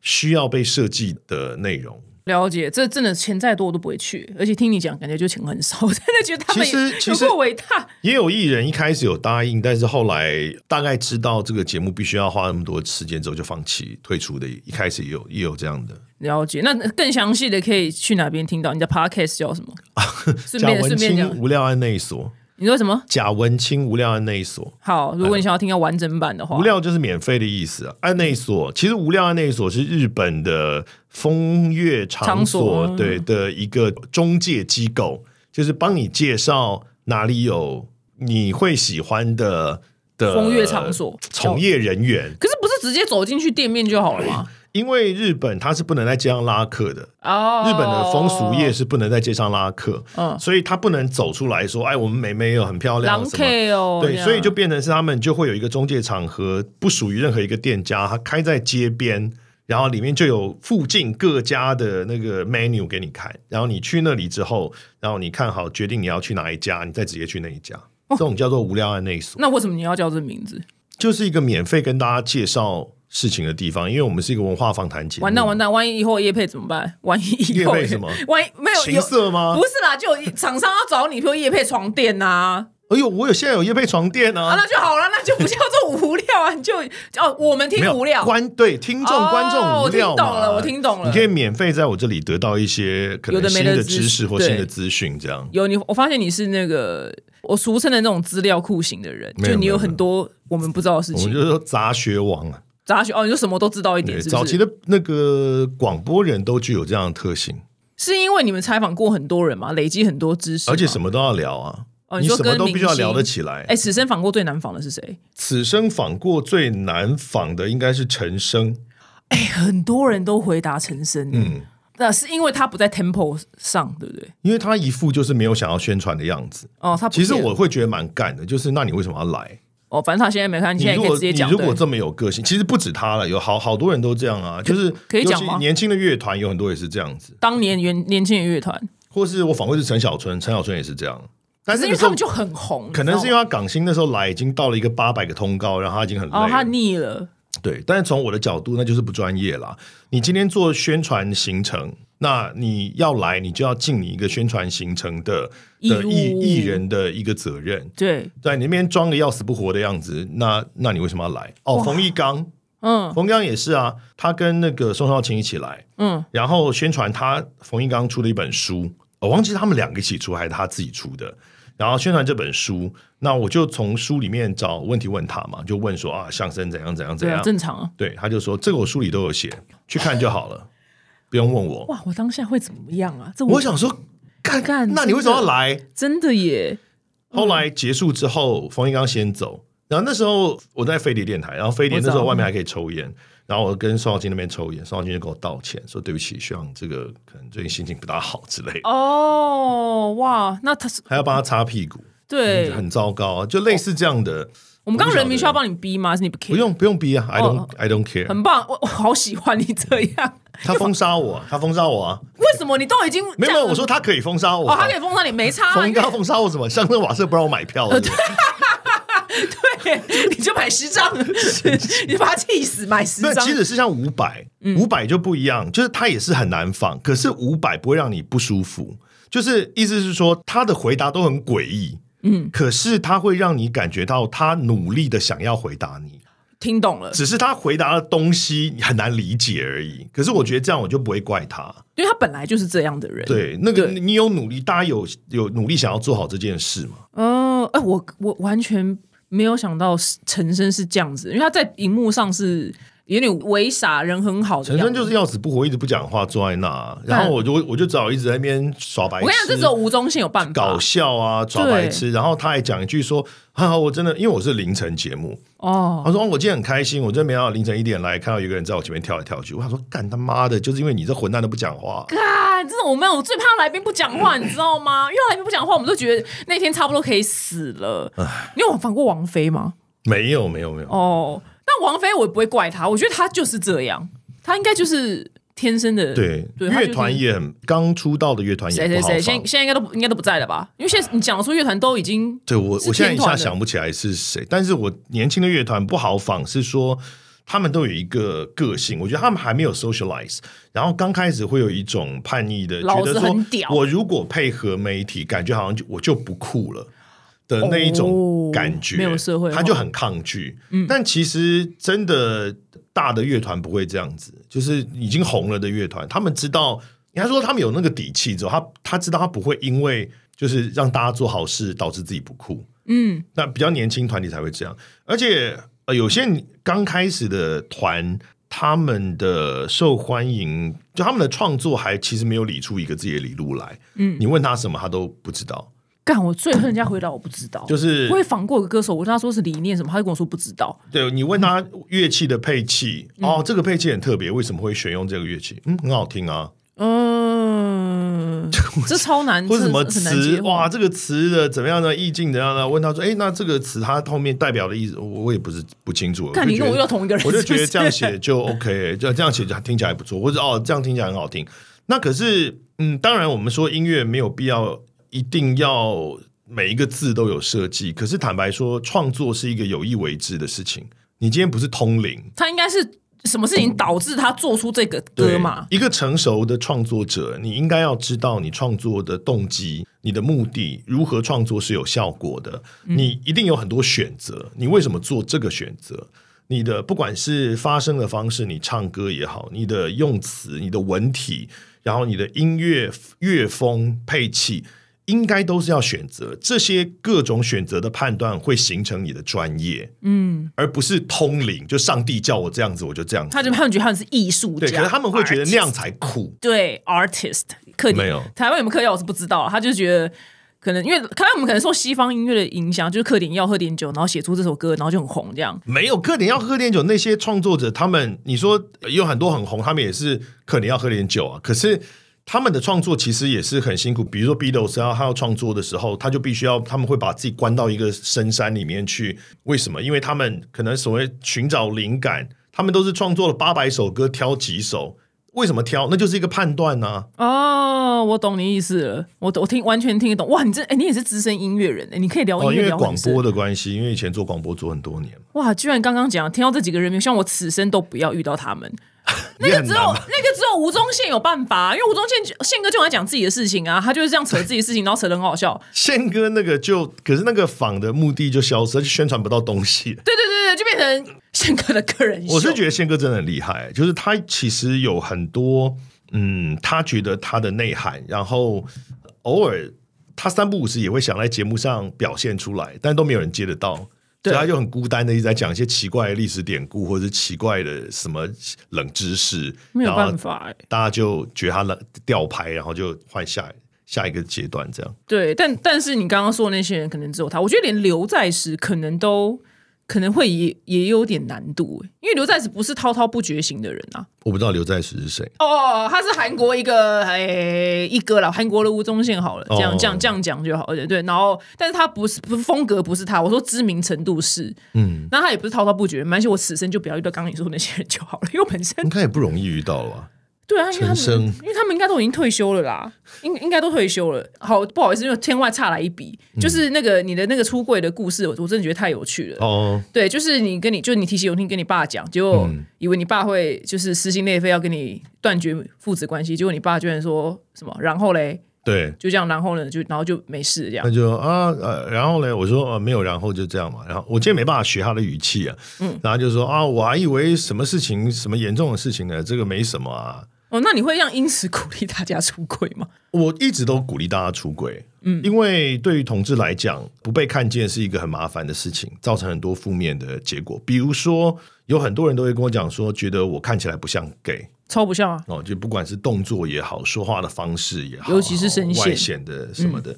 [SPEAKER 1] 需要被设计的内容。
[SPEAKER 2] 了解，这真的钱再多我都不会去，而且听你讲，感觉就钱很少，我 真的觉得他们
[SPEAKER 1] 其实其
[SPEAKER 2] 有
[SPEAKER 1] 实
[SPEAKER 2] 够伟大，
[SPEAKER 1] 也有艺人一开始有答应，但是后来大概知道这个节目必须要花那么多时间之后，就放弃退出的。一开始也有也有这样的，
[SPEAKER 2] 了解。那更详细的可以去哪边听到？你的 podcast 叫 什么？顺
[SPEAKER 1] 贾
[SPEAKER 2] 便
[SPEAKER 1] 文
[SPEAKER 2] 顺
[SPEAKER 1] 清
[SPEAKER 2] 便讲，
[SPEAKER 1] 无料案那一所，
[SPEAKER 2] 你说什么？
[SPEAKER 1] 贾文清无料案那一所，
[SPEAKER 2] 好，如果你想要听到完整版的话
[SPEAKER 1] 无，料就是免费的意思啊。案内所其实无料案内所是日本的风月场
[SPEAKER 2] 场所
[SPEAKER 1] 所
[SPEAKER 2] 嗯
[SPEAKER 1] 对的一个中介机构，就是帮你介绍哪里有你会喜欢的的
[SPEAKER 2] 风月场所
[SPEAKER 1] 从业人员。
[SPEAKER 2] 可是不是直接走进去店面就好了吗？
[SPEAKER 1] 因为日本它是不能在街上拉客的，
[SPEAKER 2] 哦，
[SPEAKER 1] 哎日本的风俗业是不能在街上拉客，
[SPEAKER 2] 嗯
[SPEAKER 1] 所以他不能走出来说，哎，我们美眉有很漂亮
[SPEAKER 2] 狼
[SPEAKER 1] 什
[SPEAKER 2] K
[SPEAKER 1] 么。
[SPEAKER 2] 哦，
[SPEAKER 1] 对，
[SPEAKER 2] 这样
[SPEAKER 1] 所以就变成是他们就会有一个中介场合，不属于任何一个店家，它开在街边，然后里面就有附近各家的那个 menu 给你看，然后你去那里之后，然后你看好决定你要去哪一家，你再直接去那一 家，这种叫做无聊案内所。
[SPEAKER 2] 那为什么你要叫这名字？
[SPEAKER 1] 就是一个免费跟大家介绍事情的地方，因为我们是一个文化访谈节目。
[SPEAKER 2] 完蛋完蛋，万一以后叶配怎么办？ 万一以后
[SPEAKER 1] 业配什么？
[SPEAKER 2] 万一没有
[SPEAKER 1] 情
[SPEAKER 2] 有
[SPEAKER 1] 色吗
[SPEAKER 2] 不？是啦，就有厂商要找你，譬如叶配床垫呐、
[SPEAKER 1] 哎呦，我有现在有夜配床垫
[SPEAKER 2] 啊，
[SPEAKER 1] 啊，
[SPEAKER 2] 那就好了，那就不叫做无料啊，你就哦，我们听
[SPEAKER 1] 没有
[SPEAKER 2] 无聊，
[SPEAKER 1] 观对听众
[SPEAKER 2] 哦
[SPEAKER 1] 观众无聊
[SPEAKER 2] 我听懂
[SPEAKER 1] 嘛
[SPEAKER 2] 了我听懂了
[SPEAKER 1] 你可以免费在我这里得到一些可
[SPEAKER 2] 有
[SPEAKER 1] 能
[SPEAKER 2] 的
[SPEAKER 1] 新
[SPEAKER 2] 没的
[SPEAKER 1] 的
[SPEAKER 2] 知识
[SPEAKER 1] 知识或新的
[SPEAKER 2] 对
[SPEAKER 1] 资讯，这样
[SPEAKER 2] 有你，我发现你是那个我俗称的那种资料库型的人，
[SPEAKER 1] 没有
[SPEAKER 2] 就
[SPEAKER 1] 没
[SPEAKER 2] 你
[SPEAKER 1] 有
[SPEAKER 2] 有很多我们不知道的事
[SPEAKER 1] 我们
[SPEAKER 2] 情。
[SPEAKER 1] 就是说杂学王啊。
[SPEAKER 2] 杂学哦，你就什么都知道一点，
[SPEAKER 1] 对，
[SPEAKER 2] 是
[SPEAKER 1] 早
[SPEAKER 2] 不
[SPEAKER 1] 期
[SPEAKER 2] 是？
[SPEAKER 1] 的那个广播人都具有这样的特性，
[SPEAKER 2] 是因为你们采访过很多人嘛，累积很多知识嘛，
[SPEAKER 1] 而且什么都要聊啊，
[SPEAKER 2] 哦
[SPEAKER 1] 你
[SPEAKER 2] 你说
[SPEAKER 1] 什么
[SPEAKER 2] 跟
[SPEAKER 1] 都
[SPEAKER 2] 明
[SPEAKER 1] 必须要
[SPEAKER 2] 星
[SPEAKER 1] 聊得起来。
[SPEAKER 2] 哎，此生访过最难访的是谁？
[SPEAKER 1] 此生访过最难访的应该是陈升，
[SPEAKER 2] 哎，很多人都回答陈升，嗯，那是因为他不在 tempo 上，对不对？
[SPEAKER 1] 因为他一副就是没有想要宣传的样子。
[SPEAKER 2] 哦，他不
[SPEAKER 1] 其实
[SPEAKER 2] 见
[SPEAKER 1] 我会觉得蛮干的，就是那你为什么要来？
[SPEAKER 2] 哦，反正他现在没看，你
[SPEAKER 1] 你
[SPEAKER 2] 现在
[SPEAKER 1] 如
[SPEAKER 2] 也可以
[SPEAKER 1] 果
[SPEAKER 2] 直接
[SPEAKER 1] 你
[SPEAKER 2] 讲。
[SPEAKER 1] 如果
[SPEAKER 2] 对
[SPEAKER 1] 这么有个性，其实不止他了，有好好多人都这样啊，就是
[SPEAKER 2] 可以
[SPEAKER 1] 尤
[SPEAKER 2] 讲
[SPEAKER 1] 其
[SPEAKER 2] 吗
[SPEAKER 1] 年轻的乐团有很多也是这样子，
[SPEAKER 2] 当年原年轻人乐团，
[SPEAKER 1] 或是我访问是陈小春，陈小春也是这样，但
[SPEAKER 2] 可是
[SPEAKER 1] 那
[SPEAKER 2] 因为
[SPEAKER 1] 个时
[SPEAKER 2] 他
[SPEAKER 1] 候
[SPEAKER 2] 们就很红，
[SPEAKER 1] 可能是因
[SPEAKER 2] 为
[SPEAKER 1] 为他港星那时候来已经到了一个八百个通告，然后他已经很累
[SPEAKER 2] 哦，他
[SPEAKER 1] 了，
[SPEAKER 2] 腻了，
[SPEAKER 1] 对。但是从我的角度，那就是不专业啦。你今天做宣传行程，那你要来，你就要尽你一个宣传行程的的
[SPEAKER 2] 义务
[SPEAKER 1] 艺艺人的一个责任。
[SPEAKER 2] 对，
[SPEAKER 1] 在你那边装的要死不活的样子，那那你为什么要来？哦，冯一刚，
[SPEAKER 2] 嗯
[SPEAKER 1] 冯一刚也是啊，他跟那个宋少卿一起来，
[SPEAKER 2] 嗯，
[SPEAKER 1] 然后宣传他冯一刚出的一本书，哦我忘记他们两个一起出还是他自己出的。然后宣传这本书，那我就从书里面找问题问他嘛，就问说啊，相声怎样怎样怎
[SPEAKER 2] 对啊，
[SPEAKER 1] 样，
[SPEAKER 2] 正常啊。
[SPEAKER 1] 对，他就说这个我书里都有写，去看就好了，不用问我。
[SPEAKER 2] 哇，我当下会怎么样啊？这
[SPEAKER 1] 我想说，干
[SPEAKER 2] 干
[SPEAKER 1] 那你为什么要来？
[SPEAKER 2] 真的耶，嗯
[SPEAKER 1] 后来结束之后，冯一刚先走。然后那时候我在飞碟电台，然后飞碟
[SPEAKER 2] 我知
[SPEAKER 1] 那
[SPEAKER 2] 道嗯
[SPEAKER 1] 时候外面还可以抽烟，然后我跟宋少卿那边抽烟，宋少卿就跟我道歉说对不起，徐昂这个可能最近心情不大好之类的，
[SPEAKER 2] 哦，哇，那他是
[SPEAKER 1] 还要帮他擦屁股，
[SPEAKER 2] 对，
[SPEAKER 1] 很糟糕啊，就类似这样的。
[SPEAKER 2] 我们刚
[SPEAKER 1] 我不晓
[SPEAKER 2] 刚
[SPEAKER 1] 得
[SPEAKER 2] 人民需要帮你逼吗？还是你不 care？
[SPEAKER 1] 不，用不用逼啊，I don't、
[SPEAKER 2] 哦
[SPEAKER 1] I don't care。
[SPEAKER 2] 很棒，我我 好喜欢你这样。
[SPEAKER 1] 他封杀我啊，他封杀我啊，
[SPEAKER 2] 为什么你都已经
[SPEAKER 1] 没有，没
[SPEAKER 2] 这样
[SPEAKER 1] 有
[SPEAKER 2] 了
[SPEAKER 1] 我说他可以封杀我、
[SPEAKER 2] 哦，
[SPEAKER 1] 啊，
[SPEAKER 2] 他可以封杀你，没差啊，
[SPEAKER 1] 封
[SPEAKER 2] 因为
[SPEAKER 1] 他封杀我什么？乡镇瓦舍不让我买票
[SPEAKER 2] 哦
[SPEAKER 1] 是不是
[SPEAKER 2] 对，你就买 十张，你就把他气死，买十
[SPEAKER 1] 那
[SPEAKER 2] 张
[SPEAKER 1] 即。使是像五百、
[SPEAKER 2] 嗯
[SPEAKER 1] 五百就不一样，就是它也是很难放，可是五百不会让你不舒服，就是意思是说他的回答都很诡异，嗯，可是他会让你感觉到他努力的想要回答你，
[SPEAKER 2] 听懂了，
[SPEAKER 1] 只是他回答的东西你很难理解而已。可是我觉得这样我就不会怪他，
[SPEAKER 2] 因为他本来就是这样的人。，
[SPEAKER 1] 对，那个
[SPEAKER 2] 对
[SPEAKER 1] 你有努力，大家有有努力想要做好这件事嘛？
[SPEAKER 2] 哦，哎，我我完全没有想到陈升是这样子，因为他在荧幕上是有点为傻，人很好的
[SPEAKER 1] 陈
[SPEAKER 2] 样
[SPEAKER 1] 生
[SPEAKER 2] 子。
[SPEAKER 1] 就是要死不活，一直不讲话，坐在那，然后我就我就只好一直在那边耍白痴。
[SPEAKER 2] 我跟你讲，这只有吴宗宪有办法
[SPEAKER 1] 搞。笑啊，耍白痴。然后他还讲一句说：“啊，我真的，因为我是凌晨节目，
[SPEAKER 2] 哦，
[SPEAKER 1] 他说、哦、我今天很开心，我真的没想到凌晨一点来看到一个人在我前面跳来跳去。”我想说：“干他妈的，就是因为你这混蛋都不讲话。
[SPEAKER 2] 干，这种我没有，我最怕来宾不讲话，你知道吗？因为来宾不讲话，我们都觉得那天差不多可以死了。你有访过王菲吗？”
[SPEAKER 1] 没有，没有，没有。
[SPEAKER 2] 哦，但王菲我也不会怪她，我觉得她就是这样，她应该就是天生的。
[SPEAKER 1] 对，
[SPEAKER 2] 对
[SPEAKER 1] 乐团。
[SPEAKER 2] 她就是
[SPEAKER 1] 也很刚出道的乐团也
[SPEAKER 2] 谁
[SPEAKER 1] 不
[SPEAKER 2] 谁
[SPEAKER 1] 好
[SPEAKER 2] 谁，现
[SPEAKER 1] 放。
[SPEAKER 2] 现在应该都不应该都不在了吧？因为现在你讲得出乐团都已经
[SPEAKER 1] 对我，
[SPEAKER 2] 是
[SPEAKER 1] 我现在一
[SPEAKER 2] 天团
[SPEAKER 1] 下
[SPEAKER 2] 的
[SPEAKER 1] 想不起来是谁，但是我年轻的乐团不好仿，是说他们都有一个个性，我觉得他们还没有 socialize，然后刚开始会有一种叛逆的，
[SPEAKER 2] 老
[SPEAKER 1] 觉
[SPEAKER 2] 子
[SPEAKER 1] 得说
[SPEAKER 2] 很屌
[SPEAKER 1] 我如果配合媒体，感觉好像就我就不酷了。的那一种
[SPEAKER 2] 哦
[SPEAKER 1] 感觉，
[SPEAKER 2] 没有社会化嗯
[SPEAKER 1] 他就很抗拒。但其实真的大的乐团不会这样子，就是已经红了的乐团，他们知道，应该说他们有那个底气之后，他他知道他不会因为就是让大家做好事导致自己不酷。
[SPEAKER 2] 嗯，
[SPEAKER 1] 那比较年轻团体才会这样，而且呃，有些你刚开始的团，他们的受欢迎，就他们的创作还其实没有理出一个自己的理路来。嗯，你问他什么，他都不知道。
[SPEAKER 2] 干我最恨人家回答我不知道，
[SPEAKER 1] 就是
[SPEAKER 2] 我也访过一个歌手，我跟他说是理念什么，他就跟我说不知道。
[SPEAKER 1] 对你问他乐器的配器，
[SPEAKER 2] 嗯
[SPEAKER 1] 哦，这个配器很特别，为什么会选用这个乐器？嗯，很好听啊，
[SPEAKER 2] 嗯，这超难，
[SPEAKER 1] 或者什么
[SPEAKER 2] 这很难接
[SPEAKER 1] 词
[SPEAKER 2] 话
[SPEAKER 1] 哇，，这个词的怎么样的意境怎样的？问他说，哎，那这个词它后面代表的意思，我我也不是不清楚。
[SPEAKER 2] 看
[SPEAKER 1] 就
[SPEAKER 2] 你
[SPEAKER 1] 觉
[SPEAKER 2] 跟我
[SPEAKER 1] 得
[SPEAKER 2] 遇到同一个 人，
[SPEAKER 1] 我就觉得
[SPEAKER 2] 是不是
[SPEAKER 1] 这样写就 OK，欸就这样写就听起来不错，或者哦这样听起来很好听。那可是，嗯，当然我们说音乐没有必要一定要每一个字都有设计，可是坦白说，创作是一个有意为之的事情。你今天不是通灵，
[SPEAKER 2] 他应该是什么事情导致他做出这个
[SPEAKER 1] 对
[SPEAKER 2] 歌嘛？
[SPEAKER 1] 一个成熟的创作者，你应该要知道你创作的动机、你的目的、如何创作是有效果的。
[SPEAKER 2] 嗯
[SPEAKER 1] 你一定有很多选择，你为什么做这个选择？你的不管是发声的方式，你唱歌也好，你的用词、你的文体，然后你的音乐乐风配器，应该都是要选择。这些各种选择的判断会形成你的专业，嗯，而不是通灵，就上帝叫我这样子，我就这样子。
[SPEAKER 2] 他就他们觉得他们是艺术家，哎
[SPEAKER 1] 对，可是他们会觉得那样
[SPEAKER 2] artist
[SPEAKER 1] 才酷。
[SPEAKER 2] 对 artist 刻
[SPEAKER 1] 没有
[SPEAKER 2] 台湾有没有嗑药我是不知道啊，他就觉得可能因为可能我们可能受西方音乐的影响，就是嗑点药喝点酒，然后写出这首歌，然后就很红这样。
[SPEAKER 1] 没有克点要喝点酒，那些创作者他们，你说呃有很多很红，他们也是克点要喝点酒啊。可是他们的创作其实也是很辛苦，比如说 Beatles 啊，他要创作的时候，他就必须要他们会把自己关到一个深山里面去。为什么？因为他们可能所谓寻找灵感，他们都是创作了八百首歌，挑几首。为什么挑？那就是一个判断呐、啊。
[SPEAKER 2] 哦，我懂你意思了，我我听完全听得懂。哇，你这哎、你也是资深音乐人、哎，你可以聊
[SPEAKER 1] 哦，因
[SPEAKER 2] 音乐
[SPEAKER 1] 为
[SPEAKER 2] 聊
[SPEAKER 1] 广
[SPEAKER 2] 很深、
[SPEAKER 1] 播的关系，因为以前做广播做很多年，
[SPEAKER 2] 哇，居然刚刚讲听到这几个人名，希望我此生都不要遇到他 们。
[SPEAKER 1] 那
[SPEAKER 2] 那个只有那个只有吴宗宪有办法、因为吴宗宪就宪哥就很爱讲自己的事情啊，他就是这样扯自己的事情，然后扯得很好笑。
[SPEAKER 1] 宪哥那个就，可是那个仿的目的就消失，而且宣传不到东西。
[SPEAKER 2] 对对对对，就变成宪哥的个人秀。
[SPEAKER 1] 我是觉得宪哥真的很厉害，就是他其实有很多，嗯，他觉得他的内涵，然后偶尔他三不五时也会想在节目上表现出来，但都没有人接得到。所
[SPEAKER 2] 对
[SPEAKER 1] 以他就很孤单的一直在讲一些奇怪的历史典故，或者是奇怪的什么冷知识，
[SPEAKER 2] 没有
[SPEAKER 1] 然后
[SPEAKER 2] 办法、哎。
[SPEAKER 1] 大家就觉得他冷掉拍，然后就换下下一个阶段这样。
[SPEAKER 2] 对，但但是你刚刚说的那些人，可能只有他。我觉得连刘在石可能都可能会也也有点难度、欸，因为刘在石不是滔滔不绝型的人啊。
[SPEAKER 1] 我不知道刘在石是谁，
[SPEAKER 2] 哦，他是韩国一个诶、一哥啦，韩国的吴宗宪好了，这样、
[SPEAKER 1] 哦
[SPEAKER 2] 这样这样讲就好了，对。然后，但是他不是不是风格不是他，我说知名程度是，嗯，那他也不是滔滔不绝，没关系，我此生就不要遇到刚刚你说的那些人就好了，因为我本身
[SPEAKER 1] 应该也不容易遇到了吧？
[SPEAKER 2] 对啊，因为他
[SPEAKER 1] 陈升
[SPEAKER 2] 们因为他们应该都已经退休了啦，应应该都退休了。好，不好意思，因为天外差来一笔，
[SPEAKER 1] 嗯
[SPEAKER 2] 就是那个你的那个出柜的故事，我我真的觉得太有趣了。
[SPEAKER 1] 哦，
[SPEAKER 2] 对，就是你跟你就你提起有听跟你爸讲，结果
[SPEAKER 1] 嗯
[SPEAKER 2] 以为你爸会就是撕心裂肺要跟你断绝父子关系，结果你爸居然说什么，然后嘞
[SPEAKER 1] 对，
[SPEAKER 2] 就这样，然后呢就然后就没事这样
[SPEAKER 1] 那。就啊呃，然后呢，我说呃没有，然后就这样嘛。然后我今天没办法学他的语气啊，嗯，然后就说啊，我还以为什么事情什么严重的事情呢，这个没什么啊。
[SPEAKER 2] 哦，那你会让因此鼓励大家出柜吗？
[SPEAKER 1] 我一直都鼓励大家出轨，嗯，因为对于同志来讲，不被看见是一个很麻烦的事情，造成很多负面的结果。比如说，有很多人都会跟我讲说，觉得我看起来不像 gay
[SPEAKER 2] 超不像啊！
[SPEAKER 1] 哦，就不管是动作也好，说话的方式也好，哦
[SPEAKER 2] 尤其是声线嗯
[SPEAKER 1] 外显的什么的，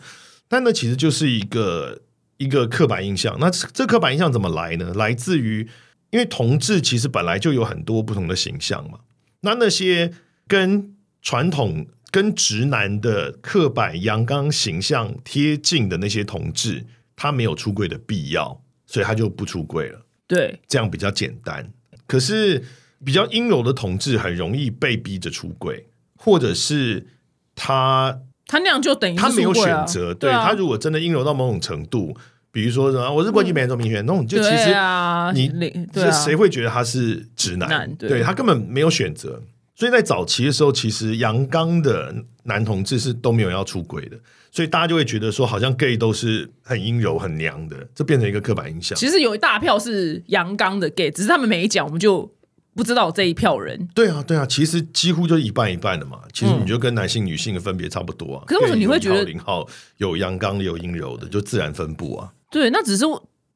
[SPEAKER 1] 但那其实就是一个一个刻板印象。那这这刻板印象怎么来呢？来自于因为同志其实本来就有很多不同的形象嘛。那那些跟传统、跟直男的刻板阳刚形象贴近的那些同志，他没有出柜的必要，所以他就不出柜了。
[SPEAKER 2] 对，
[SPEAKER 1] 这样比较简单。可是比较阴柔的同志很容易被逼着出柜，或者是他
[SPEAKER 2] 他那样就等于是
[SPEAKER 1] 他没有
[SPEAKER 2] 出柜啊
[SPEAKER 1] 选择，
[SPEAKER 2] 对啊
[SPEAKER 1] 他如果真的阴柔到某种程度，比如说什么我是冠军美人周明轩，那种就其
[SPEAKER 2] 嗯对
[SPEAKER 1] 实
[SPEAKER 2] 啊，
[SPEAKER 1] 你
[SPEAKER 2] 领对
[SPEAKER 1] 这
[SPEAKER 2] 啊，
[SPEAKER 1] 谁会觉得他是直男？
[SPEAKER 2] 男对
[SPEAKER 1] 他根本没有选择。所以在早期的时候，其实阳刚的男同志是都没有要出轨的，所以大家就会觉得说，好像 gay 都是很阴柔、很娘的，这变成一个刻板印象。
[SPEAKER 2] 其实有一大票是阳刚的 gay，只是他们没讲，我们就不知道这一票人。
[SPEAKER 1] 对啊，对啊，其实几乎就一半一半的嘛。其实你就跟男性、女性的分别差不多啊。
[SPEAKER 2] 可是为什么你会觉得
[SPEAKER 1] 零号有阳刚的，有阴柔的，就自然分布啊？
[SPEAKER 2] 对，那只是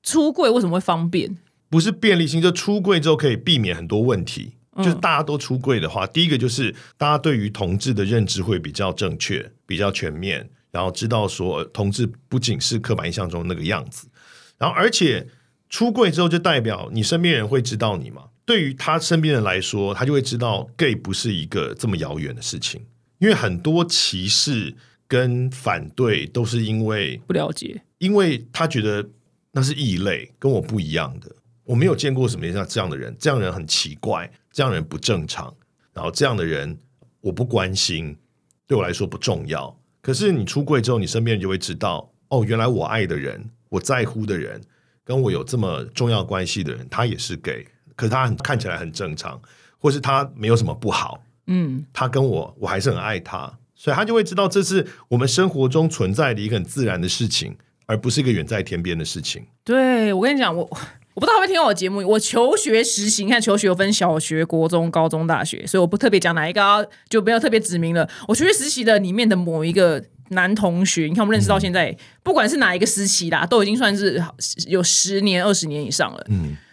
[SPEAKER 2] 出柜为什么会方便？
[SPEAKER 1] 不是便利性，就出柜之后可以避免很多问题。就是大家都出柜的话，第一个就是大家对于同志的认知会比较正确、比较全面，然后知道说呃同志不仅是刻板印象中那个样子，然后而且出柜之后就代表你身边人会知道你嘛。对于他身边人来说，他就会知道 gay 不是一个这么遥远的事情，因为很多歧视跟反对都是因为
[SPEAKER 2] 不了解，
[SPEAKER 1] 因为他觉得那是异类，跟我不一样的。我没有见过什么像这样的人，这样的人很奇怪，这样的人不正常，然后这样的人我不关心，对我来说不重要。可是你出柜之后，你身边人就会知道，哦，原来我爱的人，我在乎的人，跟我有这么重要关系的人，他也是 gay，可是他很看起来很正常，或是他没有什么不好，
[SPEAKER 2] 嗯，
[SPEAKER 1] 他跟我，我还是很爱他，所以他就会知道这是我们生活中存在的一个很自然的事情，而不是一个远在天边的事情。
[SPEAKER 2] 对我跟你讲，我我不知道他会不会听到我节目。我求学实习，你看求学有分小学、国中、高中、大学，所以我不特别讲哪一个、啊，就不要特别指明了。我求学实习的里面的某一个。男同学，你看我们认识到现在，不管是哪一个时期啦，都已经算是有十年、二十年以上了。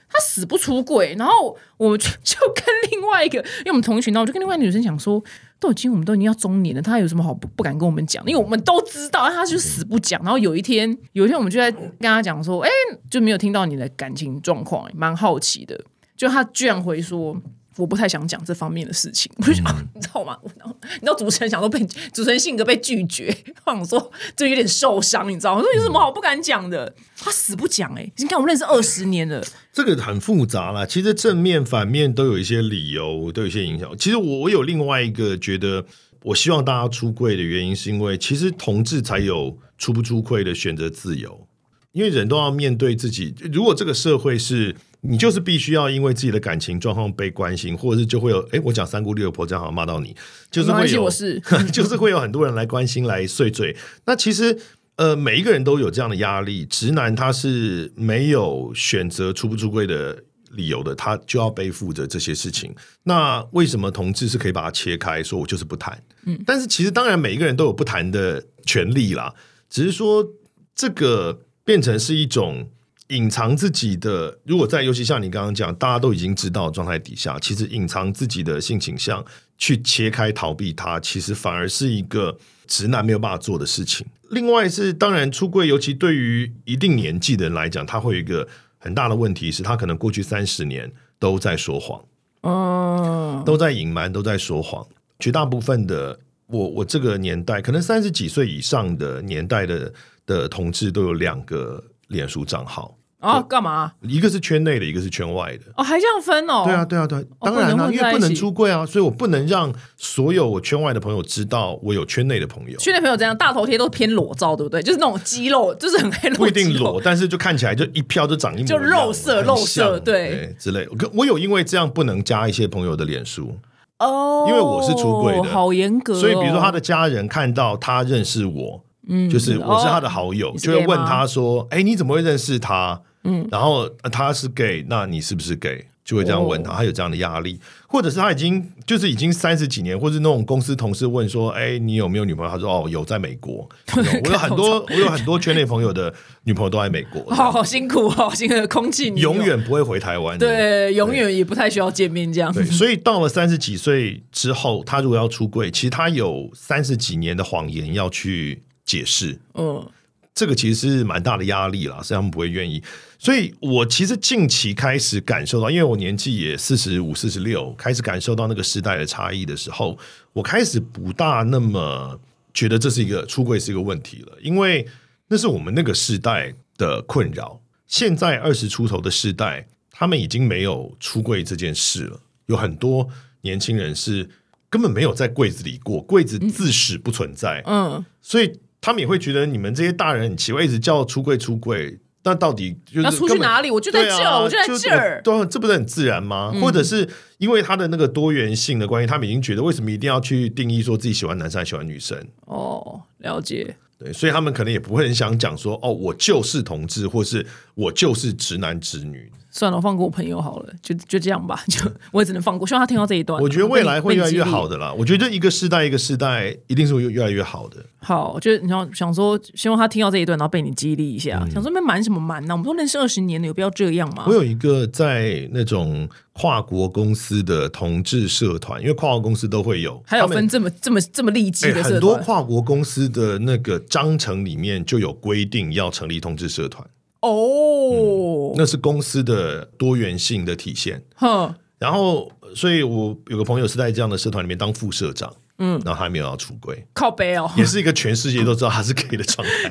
[SPEAKER 2] 他死不出柜，然后我 就就跟另外一个，因为我们同一群，然后我就跟另外一个女生讲说，都已经我们都已经要中年了，她有什么好不不敢跟我们讲？因为我们都知道，但她就死不讲。然后有一天，有一天我们就在跟她讲说，哎，就没有听到你的感情状况，蛮好奇的。就她居然回说。我不太想讲这方面的事情，我就想，
[SPEAKER 1] 嗯
[SPEAKER 2] 你知道吗？我然后你知道主持人想说被 主持人性格被拒绝，我想说就有点受伤，你知道吗？我说有什么好不敢讲的？她死不讲哎、你看我们认识二十年了，
[SPEAKER 1] 这个很复杂啦，其实正面反面都有一些理由，都有一些影响。其实我我有另外一个觉得，我希望大家出柜的原因，是因为其实同志才有出不出柜的选择自由，因为人都要面对自己。如果这个社会是你就是必须要因为自己的感情状况被关心，或者是就会有，诶，我讲三姑六婆这样好像骂到你，就是会
[SPEAKER 2] 没关系，
[SPEAKER 1] 有
[SPEAKER 2] 我是
[SPEAKER 1] 就是会有很多人来关心、来碎嘴。那其实，呃，每一个人都有这样的压力。直男他是没有选择出不出柜的理由的，他就要背负着这些事情。那为什么同志是可以把它切开，说我就是不谈？嗯，但是其实当然每一个人都有不谈的权利啦，只是说这个变成是一种。隐藏自己的，如果在尤其像你刚刚讲，大家都已经知道的状态底下，其实隐藏自己的性倾向，去切开逃避它，其实反而是一个直男没有办法做的事情。另外是，当然出柜，尤其对于一定年纪的人来讲，他会有一个很大的问题是他可能过去三十年都在说谎，
[SPEAKER 2] 嗯，
[SPEAKER 1] 都在隐瞒，都在说谎。绝大部分的我，我这个年代，可能三十几岁以上的年代的的同志都有两个脸书账号，
[SPEAKER 2] 啊，干嘛？
[SPEAKER 1] 一个是圈内的，一个是圈外的。
[SPEAKER 2] 哦，还这样分哦？
[SPEAKER 1] 对啊，，对啊，对啊，
[SPEAKER 2] 哦
[SPEAKER 1] 当然
[SPEAKER 2] 不
[SPEAKER 1] 啦、
[SPEAKER 2] 能混
[SPEAKER 1] 因
[SPEAKER 2] 在
[SPEAKER 1] 为
[SPEAKER 2] 一
[SPEAKER 1] 不能
[SPEAKER 2] 起
[SPEAKER 1] 出柜啊，所以我不能让所有我圈外的朋友知道我有圈内的朋友。
[SPEAKER 2] 圈内朋友这样，大头贴都偏裸照，对不对？就是那种肌肉，就是很爱露，
[SPEAKER 1] 不一定裸，，但是就看起来就一票就长一模一
[SPEAKER 2] 就
[SPEAKER 1] 样
[SPEAKER 2] 肉色
[SPEAKER 1] 很
[SPEAKER 2] 肉色
[SPEAKER 1] 像
[SPEAKER 2] 对
[SPEAKER 1] 之类的。可我有因为这样不能加一些朋友的脸书，
[SPEAKER 2] 哦，
[SPEAKER 1] 因为我是出柜的
[SPEAKER 2] 好严格、哦。
[SPEAKER 1] 所以比如说他的家人看到他认识我，嗯，就是我是他的好友，
[SPEAKER 2] 哦你是
[SPEAKER 1] 就会
[SPEAKER 2] gay
[SPEAKER 1] 问
[SPEAKER 2] 吗
[SPEAKER 1] 他说：“哎、你怎么会认识他？”嗯，然后呃他是 gay，那你是不是 gay？就会这样
[SPEAKER 2] 哦
[SPEAKER 1] 问他，他有这样的压力，或者是他已经就是已经三十几年，或是那种公司同事问说：“哎、你有没有女朋友？”他说：“哦，有，在美国。 有”我有很多，我有很多圈内朋友的女朋友都在美国，
[SPEAKER 2] 好好辛苦哦，辛苦空气女友
[SPEAKER 1] 永远不会回台湾的。
[SPEAKER 2] 对，永远也不太需要见面这样。
[SPEAKER 1] 对，所以到了三十几岁之后，他如果要出柜，其实他有三十几年的谎言要去解释，
[SPEAKER 2] 嗯，
[SPEAKER 1] 这个其实是蛮大的压力啦，所以他们不会愿意。所以我其实近期开始感受到，因为我年纪也四十五、四十六，开始感受到那个时代的差异的时候，我开始不大那么觉得这是一个出柜是一个问题了，因为那是我们那个世代的困扰。现在二十出头的世代，他们已经没有出柜这件事了，有很多年轻人是根本没有在柜子里过，柜子自始不存在。
[SPEAKER 2] 嗯，
[SPEAKER 1] 所以他们也会觉得你们这些大人很奇怪，一直叫出柜出柜，那到底就是
[SPEAKER 2] 那出去
[SPEAKER 1] 根本
[SPEAKER 2] 哪里？我就在
[SPEAKER 1] 对
[SPEAKER 2] 这
[SPEAKER 1] 啊
[SPEAKER 2] 儿，嗯我就在这儿。
[SPEAKER 1] 对啊，这不是很自然吗？或者是因为他的那个多元性的关系，他们已经觉得为什么一定要去定义说自己喜欢男生还喜欢女生？
[SPEAKER 2] 哦，了解。
[SPEAKER 1] 对，所以他们可能也不会很想讲说哦，我就是同志，或是我就是直男直女。
[SPEAKER 2] 算了，我放过我朋友好了，就就这样吧， 就我也只能放过。希望他听到这一段。啊
[SPEAKER 1] 我觉得未来会越来越好的
[SPEAKER 2] 的。
[SPEAKER 1] 啦。我觉得一个世代一个世代一定是会越越来越好的。
[SPEAKER 2] 好，就是你要想说，希望他听到这一段，然后被你激励一下。
[SPEAKER 1] 嗯
[SPEAKER 2] 想说，那瞒什么瞒呢、我们都认识二十年了，有必要这样吗
[SPEAKER 1] 我？有一个在那种跨国公司的同志社团，因为跨国公司都会有，
[SPEAKER 2] 还有
[SPEAKER 1] 他们
[SPEAKER 2] 分这么这么这么利
[SPEAKER 1] 哎
[SPEAKER 2] 己的
[SPEAKER 1] 很
[SPEAKER 2] 社
[SPEAKER 1] 多
[SPEAKER 2] 团、
[SPEAKER 1] 跨国公司的那个章程里面就有规定要成立同志社团，
[SPEAKER 2] 哦，
[SPEAKER 1] 那是公司的多元性的体现。
[SPEAKER 2] 哼，
[SPEAKER 1] 然后，所以我有个朋友是在这样的社团里面当副社长，嗯，然后他没有要出柜，
[SPEAKER 2] 靠背哦。
[SPEAKER 1] 也是一个全世界都知道他是 gay 的状态，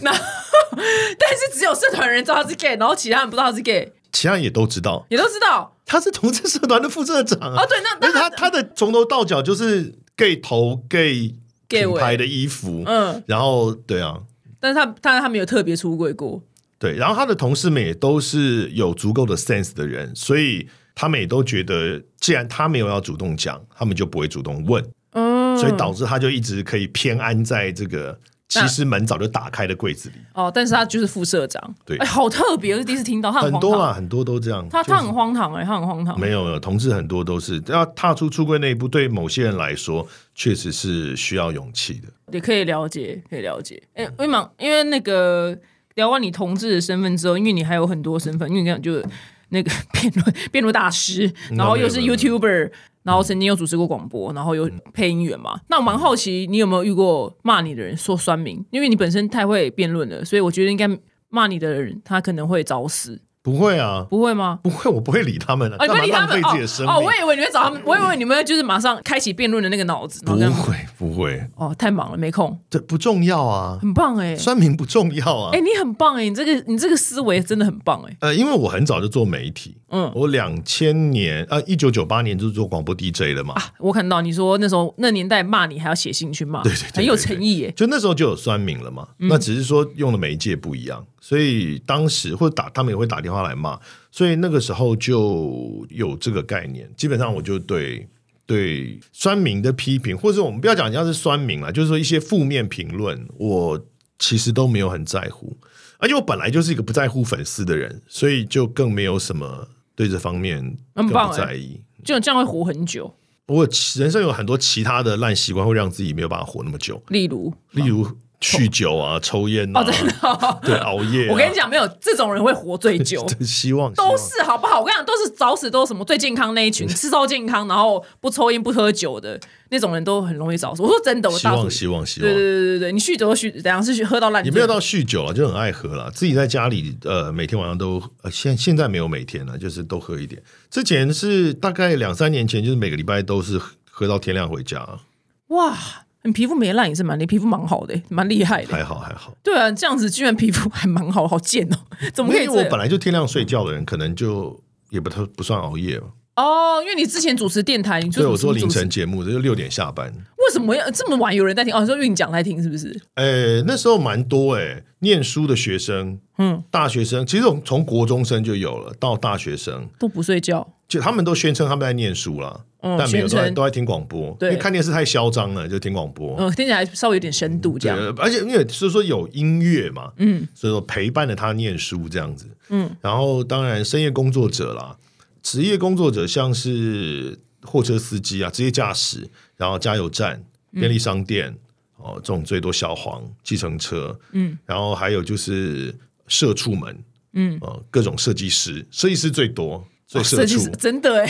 [SPEAKER 2] 但是只有社团人知道他是 gay，然后其他人不知道他是 gay，
[SPEAKER 1] 其他人也都知道
[SPEAKER 2] 也都知道。
[SPEAKER 1] 他是同志社团的副社长啊
[SPEAKER 2] 哦，。对，那
[SPEAKER 1] 但
[SPEAKER 2] 那
[SPEAKER 1] 是他他的从头到脚就是 gay 头 gay
[SPEAKER 2] gay
[SPEAKER 1] 品
[SPEAKER 2] 尾
[SPEAKER 1] 牌的衣服，
[SPEAKER 2] 嗯，
[SPEAKER 1] 然后对啊，
[SPEAKER 2] 但是他但是他没有特别出轨过。
[SPEAKER 1] 对，然后他的同事们也都是有足够的 sense 的人，所以他们也都觉得，既然他没有要主动讲，他们就不会主动问，
[SPEAKER 2] 嗯，
[SPEAKER 1] 所以导致他就一直可以偏安在这个其实门早就打开的柜子里，
[SPEAKER 2] 哦，但是他就是副社长，
[SPEAKER 1] 对
[SPEAKER 2] 哎，好特别，我是第一次听到，他很
[SPEAKER 1] 很
[SPEAKER 2] 荒
[SPEAKER 1] 多
[SPEAKER 2] 唐，
[SPEAKER 1] 啊，很多都这样。
[SPEAKER 2] 他
[SPEAKER 1] 就是
[SPEAKER 2] 他很荒唐哎，他很荒唐，
[SPEAKER 1] 没有没有，同志很多都是要踏出出柜那一步，对某些人来说确实是需要勇气的。
[SPEAKER 2] 也可以了解，可以了解。哎，威芒，因为那个聊完你同志的身份之后，因为你还有很多身份，因为你讲就那个辩论辩论大师，然后又是
[SPEAKER 1] 嗯没有没嗯
[SPEAKER 2] YouTuber，然后曾经有主持过广播，然后有配音员嘛。那我蛮
[SPEAKER 1] 嗯
[SPEAKER 2] 好奇，你有没有遇过骂你的人说酸民？因为你本身太会辩论了，所以我觉得应该骂你的人他可能会找死，
[SPEAKER 1] 不会啊，
[SPEAKER 2] 不会吗？
[SPEAKER 1] 不会，我不会理他们了、
[SPEAKER 2] 哦，
[SPEAKER 1] 干嘛
[SPEAKER 2] 你会理他
[SPEAKER 1] 浪费
[SPEAKER 2] 们
[SPEAKER 1] 自己的生命？
[SPEAKER 2] 哦？哦，我以为你们找他们，我以为你们就是马上开启辩论的那个脑子，然后跟他
[SPEAKER 1] 不
[SPEAKER 2] 们
[SPEAKER 1] 会，不会，
[SPEAKER 2] 哦，太忙了，没空，
[SPEAKER 1] 这不重要啊，
[SPEAKER 2] 很棒哎、
[SPEAKER 1] 酸民不重要啊。
[SPEAKER 2] 哎、你很棒哎、你这个你这个思维真的很棒哎、
[SPEAKER 1] 呃，因为我很早就做媒体，
[SPEAKER 2] 嗯
[SPEAKER 1] 我两千年呃一九九八年就做广播 DJ 了嘛，
[SPEAKER 2] 啊！我看到你说那时候那年代骂你还要写信去骂，
[SPEAKER 1] 对对对对
[SPEAKER 2] 很有诚意欸耶、
[SPEAKER 1] 就那时候就有酸民了嘛，
[SPEAKER 2] 嗯
[SPEAKER 1] 那只是说用的媒介不一样，所以当时或者打他们也会打电话来骂，所以那个时候就有这个概念，基本上我就对。对酸民的批评，或者我们不要讲人家是酸民啦，就是说一些负面评论，我其实都没有很在乎，而且我本来就是一个不在乎粉丝的人，所以就更没有什么对这方面更
[SPEAKER 2] 很棒
[SPEAKER 1] 不
[SPEAKER 2] 欸
[SPEAKER 1] 在意。
[SPEAKER 2] 就这样会活很久。
[SPEAKER 1] 我有其人生有很多其他的烂习惯，会让自己没有办法活那么久。
[SPEAKER 2] 例如，
[SPEAKER 1] 例如酗酒啊、抽烟啊，
[SPEAKER 2] 哦，真的哦、
[SPEAKER 1] 对熬夜、啊。。
[SPEAKER 2] 我跟你，讲，没有这种人会活最久
[SPEAKER 1] 希望
[SPEAKER 2] 都是好不好？我跟你讲，都是早死，都是什么最健康那一群，吃超健康，然后不抽烟不喝酒的那种人，都很容易早死。我说真的，我
[SPEAKER 1] 希
[SPEAKER 2] 大
[SPEAKER 1] 望
[SPEAKER 2] 叔，
[SPEAKER 1] 希望希
[SPEAKER 2] 对对
[SPEAKER 1] 望。
[SPEAKER 2] 对对对，你酗酒都酗，怎样是喝到烂醉？
[SPEAKER 1] 也没有到酗酒了，就很爱喝了。自己在家里，呃，每天晚上都，呃，现现在没有每天了，就是都喝一点。之前是大概两三年前，就是每个礼拜都是喝喝到天亮回家，啊
[SPEAKER 2] 哇，你皮肤没烂也是蛮，你皮肤蛮好的、蛮厉害的。
[SPEAKER 1] 还好还好。
[SPEAKER 2] 对啊，这样子居然皮肤还蛮好，好贱哦！ 怎么
[SPEAKER 1] 因
[SPEAKER 2] 可以
[SPEAKER 1] 为
[SPEAKER 2] 这嗯
[SPEAKER 1] 我本
[SPEAKER 2] 样？
[SPEAKER 1] 来就天亮睡觉的人，可能就也不太不算熬夜嘛。
[SPEAKER 2] 哦，因为你之前主持电台，你
[SPEAKER 1] 所以我
[SPEAKER 2] 说
[SPEAKER 1] 说
[SPEAKER 2] 什么
[SPEAKER 1] 凌
[SPEAKER 2] 主持
[SPEAKER 1] 晨节目，这就六点下班。
[SPEAKER 2] 为什么要这么晚有人在听？哦，你说运讲来听是不是？
[SPEAKER 1] 诶，哎那时候蛮多诶，念书的学生，
[SPEAKER 2] 嗯，
[SPEAKER 1] 大学生，其实从从国中生就有了，到大学生，
[SPEAKER 2] 都不睡觉，
[SPEAKER 1] 就他们都宣称他们在念书啦，
[SPEAKER 2] 嗯
[SPEAKER 1] 但没有都
[SPEAKER 2] 宣
[SPEAKER 1] 在
[SPEAKER 2] 称
[SPEAKER 1] 都在听广播，因
[SPEAKER 2] 对
[SPEAKER 1] 为看电视太嚣张了，就听广播。
[SPEAKER 2] 嗯，听起来稍微有点深度这
[SPEAKER 1] 对
[SPEAKER 2] 样。，
[SPEAKER 1] 而且因为是说有音乐嘛，
[SPEAKER 2] 嗯，
[SPEAKER 1] 所以说陪伴着他念书这样子，
[SPEAKER 2] 嗯，
[SPEAKER 1] 然后当然深夜工作者啦，职业工作者像是货车司机啊，职业驾驶，然后加油站、
[SPEAKER 2] 嗯
[SPEAKER 1] 便利商店，哦，这种最多小黄、计程车，
[SPEAKER 2] 嗯，
[SPEAKER 1] 然后还有就是社畜们，
[SPEAKER 2] 嗯，哦
[SPEAKER 1] 呃，各种设计师，设计师最多，最社
[SPEAKER 2] 设计
[SPEAKER 1] 畜
[SPEAKER 2] 师，真的 哎，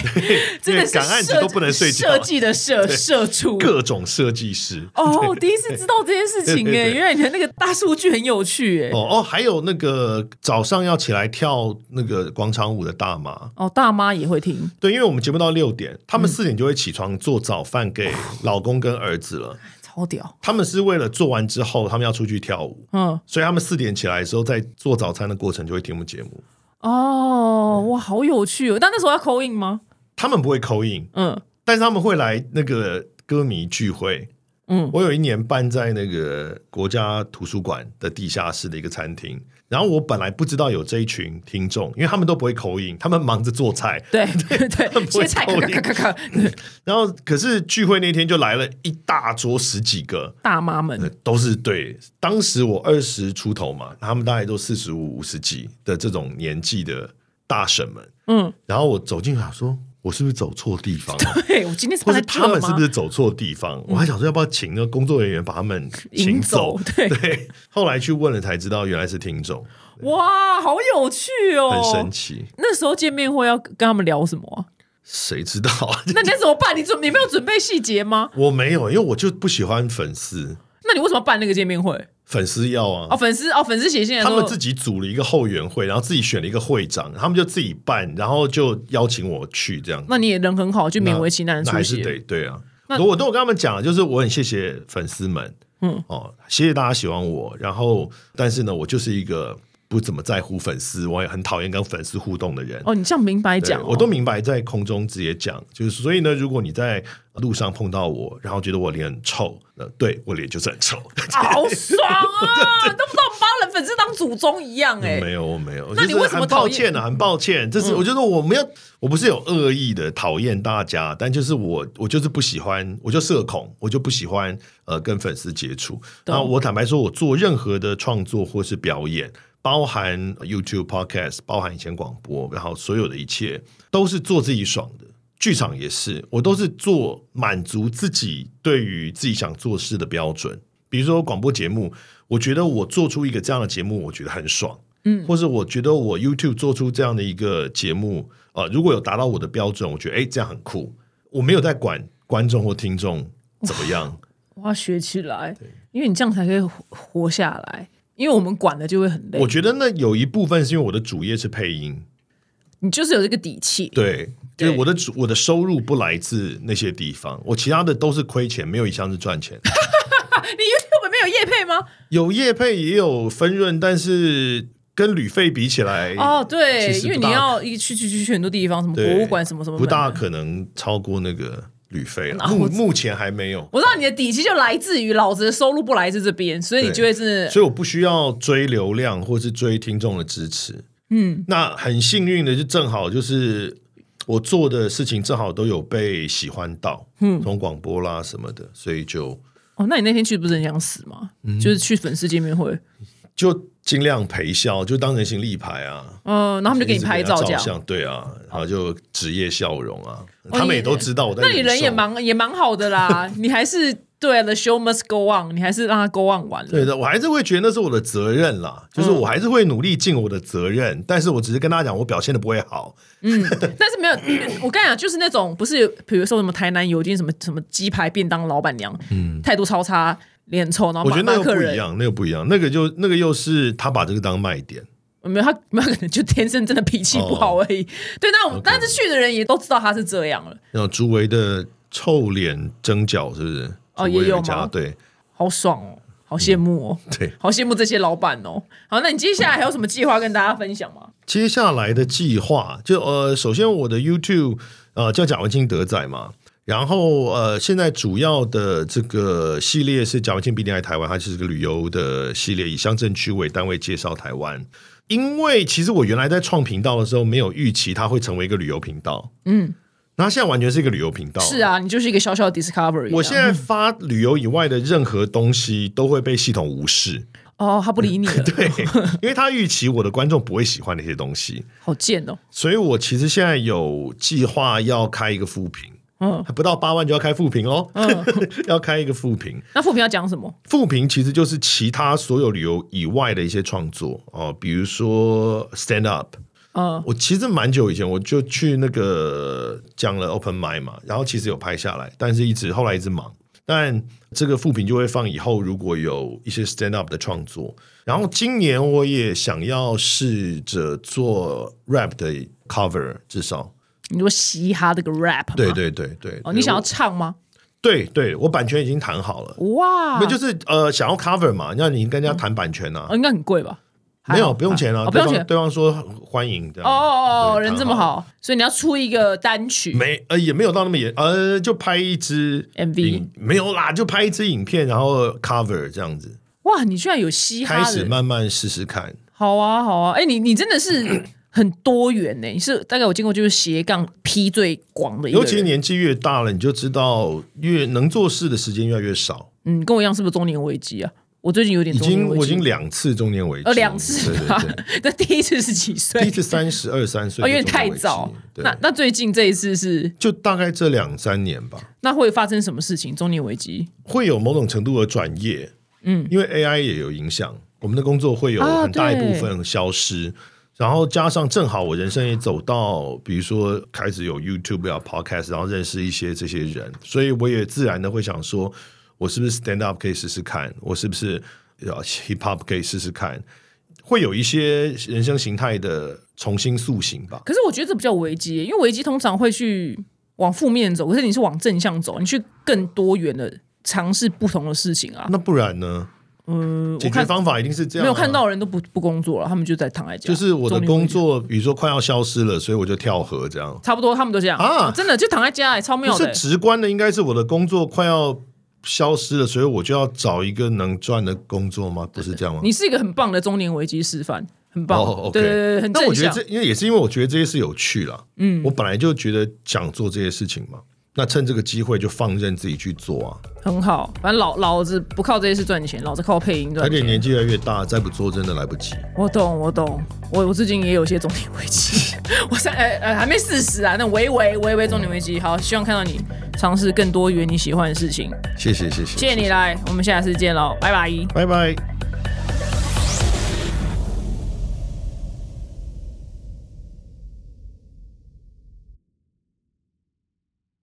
[SPEAKER 2] 真的
[SPEAKER 1] 因为
[SPEAKER 2] 是
[SPEAKER 1] 赶案子
[SPEAKER 2] 设
[SPEAKER 1] 都不能睡觉
[SPEAKER 2] 设计的设社畜。
[SPEAKER 1] 各种设计师。
[SPEAKER 2] 哦，我第一次知道这件事情
[SPEAKER 1] 对对
[SPEAKER 2] 哎，
[SPEAKER 1] 对
[SPEAKER 2] 原来你的那个大数据很有趣哎。
[SPEAKER 1] 哦哦，还有那个早上要起来跳那个广场舞的大妈，
[SPEAKER 2] 哦，大妈也会听，
[SPEAKER 1] 对，因为我们节目到六点，他
[SPEAKER 2] 嗯
[SPEAKER 1] 们四点就会起床做早饭给老公跟儿子了。
[SPEAKER 2] 超屌。
[SPEAKER 1] 他们是为了做完之后，他们要出去跳舞，
[SPEAKER 2] 嗯，
[SPEAKER 1] 所以他们四点起来的时候，在做早餐的过程就会听我们节目。
[SPEAKER 2] 哦，哇，好有趣哦。但那时候要扣印吗？
[SPEAKER 1] 他们不会口音，
[SPEAKER 2] 嗯
[SPEAKER 1] 但是他们会来那个歌迷聚会。
[SPEAKER 2] 嗯，
[SPEAKER 1] 我有一年办在那个国家图书馆的地下室的一个餐厅，然后我本来不知道有这一群听众，因为他们都不会口音，他们忙着做菜，
[SPEAKER 2] 对 对对，
[SPEAKER 1] 不会
[SPEAKER 2] 切菜
[SPEAKER 1] 扣
[SPEAKER 2] 咔
[SPEAKER 1] 印
[SPEAKER 2] 咔咔咔咔，
[SPEAKER 1] 然后可是聚会那天就来了一大桌十几个，
[SPEAKER 2] 大妈们
[SPEAKER 1] 呃，都是对。当时我二十出头嘛，他们大概都四十五、五十几的这种年纪的大婶们。
[SPEAKER 2] 嗯，
[SPEAKER 1] 然后我走进去，想说我是不是走错地方了，
[SPEAKER 2] 对我今天是
[SPEAKER 1] 或是
[SPEAKER 2] 放在
[SPEAKER 1] 他们
[SPEAKER 2] 这
[SPEAKER 1] 是
[SPEAKER 2] 吗嗯
[SPEAKER 1] 不是走错地方？我还想说要不要请那个工作人员把他们请
[SPEAKER 2] 引走？对，
[SPEAKER 1] 对，后来去问了才知道，原来是听众，
[SPEAKER 2] 哇，好有趣哦，
[SPEAKER 1] 很神奇。
[SPEAKER 2] 那时候见面会要跟他们聊什么 啊、
[SPEAKER 1] 谁知道 啊？
[SPEAKER 2] 那你要怎么办？你准你没有准备细节吗？
[SPEAKER 1] 我没有，因为我就不喜欢粉丝，
[SPEAKER 2] 那你为什么办那个见面会？
[SPEAKER 1] 粉丝要啊
[SPEAKER 2] 哦，。粉丝哦，粉丝写信来
[SPEAKER 1] 他
[SPEAKER 2] 说
[SPEAKER 1] 们自己组了一个后援会，然后自己选了一个会长，他们就自己办，然后就邀请我去这样。
[SPEAKER 2] 那你也人很好，就勉
[SPEAKER 1] 那
[SPEAKER 2] 为其难
[SPEAKER 1] 那
[SPEAKER 2] 出
[SPEAKER 1] 还是得
[SPEAKER 2] 席。
[SPEAKER 1] 对啊。
[SPEAKER 2] 那
[SPEAKER 1] 我都有跟他们讲了，就是我很谢谢粉丝们，嗯，哦，谢谢大家喜欢我。然后，但是呢，我就是一个不怎么在乎粉丝，我也很讨厌跟粉丝互动的人。
[SPEAKER 2] 哦，你这样明白
[SPEAKER 1] 对
[SPEAKER 2] 讲、哦，
[SPEAKER 1] 我都明白，在空中直接讲，就是所以呢，如果你在路上碰到我，然后觉得我脸很臭，呃，对我脸就是很臭，
[SPEAKER 2] 好爽啊！都不知道我们把人粉丝当祖宗一样哎、
[SPEAKER 1] 没有，我没有。
[SPEAKER 2] 那你
[SPEAKER 1] 就是
[SPEAKER 2] 为什么
[SPEAKER 1] 很抱
[SPEAKER 2] 讨厌嗯
[SPEAKER 1] 歉呢、啊很抱歉，这是、我觉得我没有，我不是有恶意的讨厌大家，但就是我我就是不喜欢，我就社恐，我就不喜欢呃跟粉丝接触。
[SPEAKER 2] 懂
[SPEAKER 1] 那我坦白说，我做任何的创作或是表演。包含 YouTube、Podcast，包含以前广播，然后所有的一切都是做自己爽的。剧场也是，我都是做满足自己对于自己想做事的标准。比如说广播节目，我觉得我做出一个这样的节目，我觉得很爽。嗯，或是我觉得我 YouTube 做出这样的一个节目，呃，如果有达到我的标准，我觉得哎、诶这样很酷。我没有在管观众或听众怎么样，
[SPEAKER 2] 我要学起来，因为你这样才可以活活下来。因为我们管的就会很累
[SPEAKER 1] 我，觉得那有一部分是因为我的主业是配音，
[SPEAKER 2] 你就是有这个底气。
[SPEAKER 1] 对，就是
[SPEAKER 2] 对
[SPEAKER 1] 我的主我的收入不来自那些地方，我其他的都是亏钱，没有一项是赚钱。
[SPEAKER 2] 你 YouTube 没有业配吗？
[SPEAKER 1] 有业配也有分润，但是跟旅费比起来，
[SPEAKER 2] 哦，对
[SPEAKER 1] 其，实
[SPEAKER 2] 因为
[SPEAKER 1] 不
[SPEAKER 2] 你
[SPEAKER 1] 大
[SPEAKER 2] 要一去去去去很多地方，什么博
[SPEAKER 1] 对
[SPEAKER 2] 物馆，什么什么，
[SPEAKER 1] 不大。可能超过那个旅费了。
[SPEAKER 2] 啊
[SPEAKER 1] 目
[SPEAKER 2] 我
[SPEAKER 1] 目前还没有，
[SPEAKER 2] 我知道你的底气就来自于老子的收入不来自这边，所以你
[SPEAKER 1] 对
[SPEAKER 2] 就会是
[SPEAKER 1] 所以我不需要追流量或是追听众的支持。
[SPEAKER 2] 嗯，
[SPEAKER 1] 那很幸运的就正好就是我做的事情正好都有被喜欢到，嗯，从广播啦什么的，所以就
[SPEAKER 2] 哦，那你那天去不是很想死吗？
[SPEAKER 1] 嗯
[SPEAKER 2] 就是去粉丝见面会，
[SPEAKER 1] 就尽量陪笑，就当人形立牌啊。
[SPEAKER 2] 嗯、然后他们就给你拍照
[SPEAKER 1] 一直
[SPEAKER 2] 这
[SPEAKER 1] 给
[SPEAKER 2] 样
[SPEAKER 1] 他照。相，对啊，然后就职业笑容啊，他
[SPEAKER 2] 哦
[SPEAKER 1] 们
[SPEAKER 2] 你
[SPEAKER 1] 也都知道我在
[SPEAKER 2] 那你人也
[SPEAKER 1] 瘦
[SPEAKER 2] 蛮也蛮好的啦，你还是对啊，The show must go on，你还是让它 go on 完了。
[SPEAKER 1] 对的，我还是会觉得那是我的责任啦，就是
[SPEAKER 2] 嗯
[SPEAKER 1] 我还是会努力尽我的责任，但是我只是跟大家讲，我表现的不会好，
[SPEAKER 2] 但是没有，嗯我跟你讲，就是那种不是，比如说什么台南油精什么什么鸡排便当老板娘，态度超差，脸臭，然后
[SPEAKER 1] 嗯我觉得
[SPEAKER 2] 骂
[SPEAKER 1] 那
[SPEAKER 2] 骂
[SPEAKER 1] 个
[SPEAKER 2] 客
[SPEAKER 1] 不一
[SPEAKER 2] 人，
[SPEAKER 1] 样，那个不一样，那个就那个又是他把这个当卖点，
[SPEAKER 2] 没有他，没有可能就天生真的脾气不好而
[SPEAKER 1] 哦
[SPEAKER 2] 已。对，那我们但是去的人也都知道他是这样了，
[SPEAKER 1] 那种竹围的臭脸蒸饺是不是？
[SPEAKER 2] 哦
[SPEAKER 1] 竹围
[SPEAKER 2] 也有
[SPEAKER 1] 家
[SPEAKER 2] 吗
[SPEAKER 1] 对
[SPEAKER 2] 好爽哦，好羡慕哦，
[SPEAKER 1] 嗯对。
[SPEAKER 2] 好羡慕这些老板哦。好，那你接下来还有什么计划跟大家分享吗？
[SPEAKER 1] 接下来的计划，就呃，首先我的 YouTube 呃叫贾文清德仔嘛，然后呃，现在主要的这个系列是贾文清必定爱台湾，它就是个旅游的系列，以乡镇区为单位介绍台湾。因为其实我原来在创频道的时候，没有预期它会成为一个旅游频道，嗯，那它现在完全是一个旅游频道，
[SPEAKER 2] 是。啊，你就是一个小小的 discovery 啊。
[SPEAKER 1] 我现在发旅游以外的任何东西都会被系统无视，
[SPEAKER 2] 哦，他不理你了，
[SPEAKER 1] 对，因为他预期我的观众不会喜欢那些东西，
[SPEAKER 2] 好贱哦。
[SPEAKER 1] 所以我其实现在有计划要开一个副评，
[SPEAKER 2] 嗯
[SPEAKER 1] 还不到八万就要开副评哦，
[SPEAKER 2] 嗯，
[SPEAKER 1] 要开一个副评。
[SPEAKER 2] 那副评要讲什么？
[SPEAKER 1] 副评其实就是其他所有旅游以外的一些创作哦，比如说 stand up。
[SPEAKER 2] 嗯
[SPEAKER 1] 我其实蛮久以前我就去那个讲了 open m i d 嘛，然后其实有拍下来，但是一直后来一直忙。但这个副评就会放以后，如果有一些 stand up 的创作。然后今年我也想要试着做 rap 的 cover，至少
[SPEAKER 2] 你说嘻哈这个 rap 吗
[SPEAKER 1] 对对对对，
[SPEAKER 2] 哦，
[SPEAKER 1] 对
[SPEAKER 2] 你想要
[SPEAKER 1] 我
[SPEAKER 2] 唱吗？
[SPEAKER 1] 对对，我版权已经谈好了，
[SPEAKER 2] 哇，
[SPEAKER 1] 那、就是呃想要 cover 嘛，那你跟人家谈版权啊，
[SPEAKER 2] 哦，应该很贵吧？
[SPEAKER 1] 没
[SPEAKER 2] 还
[SPEAKER 1] 有
[SPEAKER 2] 好
[SPEAKER 1] 不用钱啊，
[SPEAKER 2] 哦不
[SPEAKER 1] 对
[SPEAKER 2] 用
[SPEAKER 1] 方
[SPEAKER 2] 钱
[SPEAKER 1] 对方说欢迎的
[SPEAKER 2] 哦哦哦，
[SPEAKER 1] 对
[SPEAKER 2] 人
[SPEAKER 1] 谈
[SPEAKER 2] 这么
[SPEAKER 1] 好
[SPEAKER 2] 好，所以你要出一个单曲，
[SPEAKER 1] 没呃也没有到那么严呃就拍一支
[SPEAKER 2] MV
[SPEAKER 1] 影没有啦，就拍一支影片，然后 cover 这样子，
[SPEAKER 2] 哇，你居然有嘻
[SPEAKER 1] 开
[SPEAKER 2] 哈
[SPEAKER 1] 始
[SPEAKER 2] 的，
[SPEAKER 1] 慢慢试试看，
[SPEAKER 2] 好啊好啊，哎，你你真 的是很多元呢，你是大概我见过就是斜杠批最广的一个
[SPEAKER 1] 尤其是
[SPEAKER 2] 人，
[SPEAKER 1] 年纪越大了，你就知道越能做事的时间越来越少，
[SPEAKER 2] 嗯，跟我一样是不是中年危机啊？我最近有点
[SPEAKER 1] 已
[SPEAKER 2] 中
[SPEAKER 1] 经
[SPEAKER 2] 年危
[SPEAKER 1] 我已经
[SPEAKER 2] 机，
[SPEAKER 1] 两次中年危机，
[SPEAKER 2] 呃，两次
[SPEAKER 1] 对
[SPEAKER 2] 吧
[SPEAKER 1] 对对，，
[SPEAKER 2] 那第一次是几
[SPEAKER 1] 第一
[SPEAKER 2] 岁？
[SPEAKER 1] 次三十二三岁就中
[SPEAKER 2] 哦，有
[SPEAKER 1] 年危
[SPEAKER 2] 点
[SPEAKER 1] 机，
[SPEAKER 2] 太早。
[SPEAKER 1] 对
[SPEAKER 2] 那那最近这一次是，
[SPEAKER 1] 就大概这两三年吧。
[SPEAKER 2] 那会发生什么事情？中年危机
[SPEAKER 1] 会有某种程度的转业，嗯，因为 AI 也有影响，我们的工作会有
[SPEAKER 2] 啊
[SPEAKER 1] 很大一
[SPEAKER 2] 对
[SPEAKER 1] 部分消失。然后加上正好我人生也走到，比如说开始有 YouTube 啊、Podcast，然后认识一些这些人，所以我也自然的会想说，我是不是 Stand Up 可以试试看，我是不是呃 Hip Hop 可以试试看，会有一些人生形态的重新塑形吧。
[SPEAKER 2] 可是我觉得这比较危机耶，因为危机通常会去往负面走，可是你是往正向走，你去更多元的尝试不同的事情啊。
[SPEAKER 1] 那不然呢？
[SPEAKER 2] 嗯，
[SPEAKER 1] 解
[SPEAKER 2] 我
[SPEAKER 1] 决
[SPEAKER 2] 看
[SPEAKER 1] 方法一定是这样、啊。
[SPEAKER 2] 没有看到的人都不不工作了，他们就在躺在家。
[SPEAKER 1] 就是我的
[SPEAKER 2] 啊中年危
[SPEAKER 1] 工
[SPEAKER 2] 机
[SPEAKER 1] 作，比如说快要消失了，所以我就跳河这样。
[SPEAKER 2] 差不多，他们都这样
[SPEAKER 1] 啊
[SPEAKER 2] 真的就躺在家耶，超
[SPEAKER 1] 不
[SPEAKER 2] 妙的
[SPEAKER 1] 是
[SPEAKER 2] 耶。
[SPEAKER 1] 直观的，应该是我的工作快要消失了，所以我就要找一个能赚的工作吗？不是这样吗？
[SPEAKER 2] 你是一个很棒的中年危机示范，很棒。
[SPEAKER 1] 哦，OK
[SPEAKER 2] 对对对，很
[SPEAKER 1] 但我
[SPEAKER 2] 正
[SPEAKER 1] 觉得
[SPEAKER 2] 向
[SPEAKER 1] 这。，因为也是因为我觉得这些事有趣啦。嗯，我本来就觉得想做这些事情嘛，那趁这个机会就放任自己去做啊。
[SPEAKER 2] 很好，反正老老子不靠这些事赚钱，老子靠配音
[SPEAKER 1] 而
[SPEAKER 2] 赚
[SPEAKER 1] 且
[SPEAKER 2] 钱。
[SPEAKER 1] 年纪越来越大，再不做真的来不及。
[SPEAKER 2] 我懂，我懂，我我最近也有些中年危机， 我三呃呃还没四十啊，那微微微微中年危机。好，希望看到你尝试更多元你喜欢的事情。
[SPEAKER 1] 谢谢，谢谢，
[SPEAKER 2] 谢谢你来，我们下次见喽，拜拜。
[SPEAKER 1] 拜拜。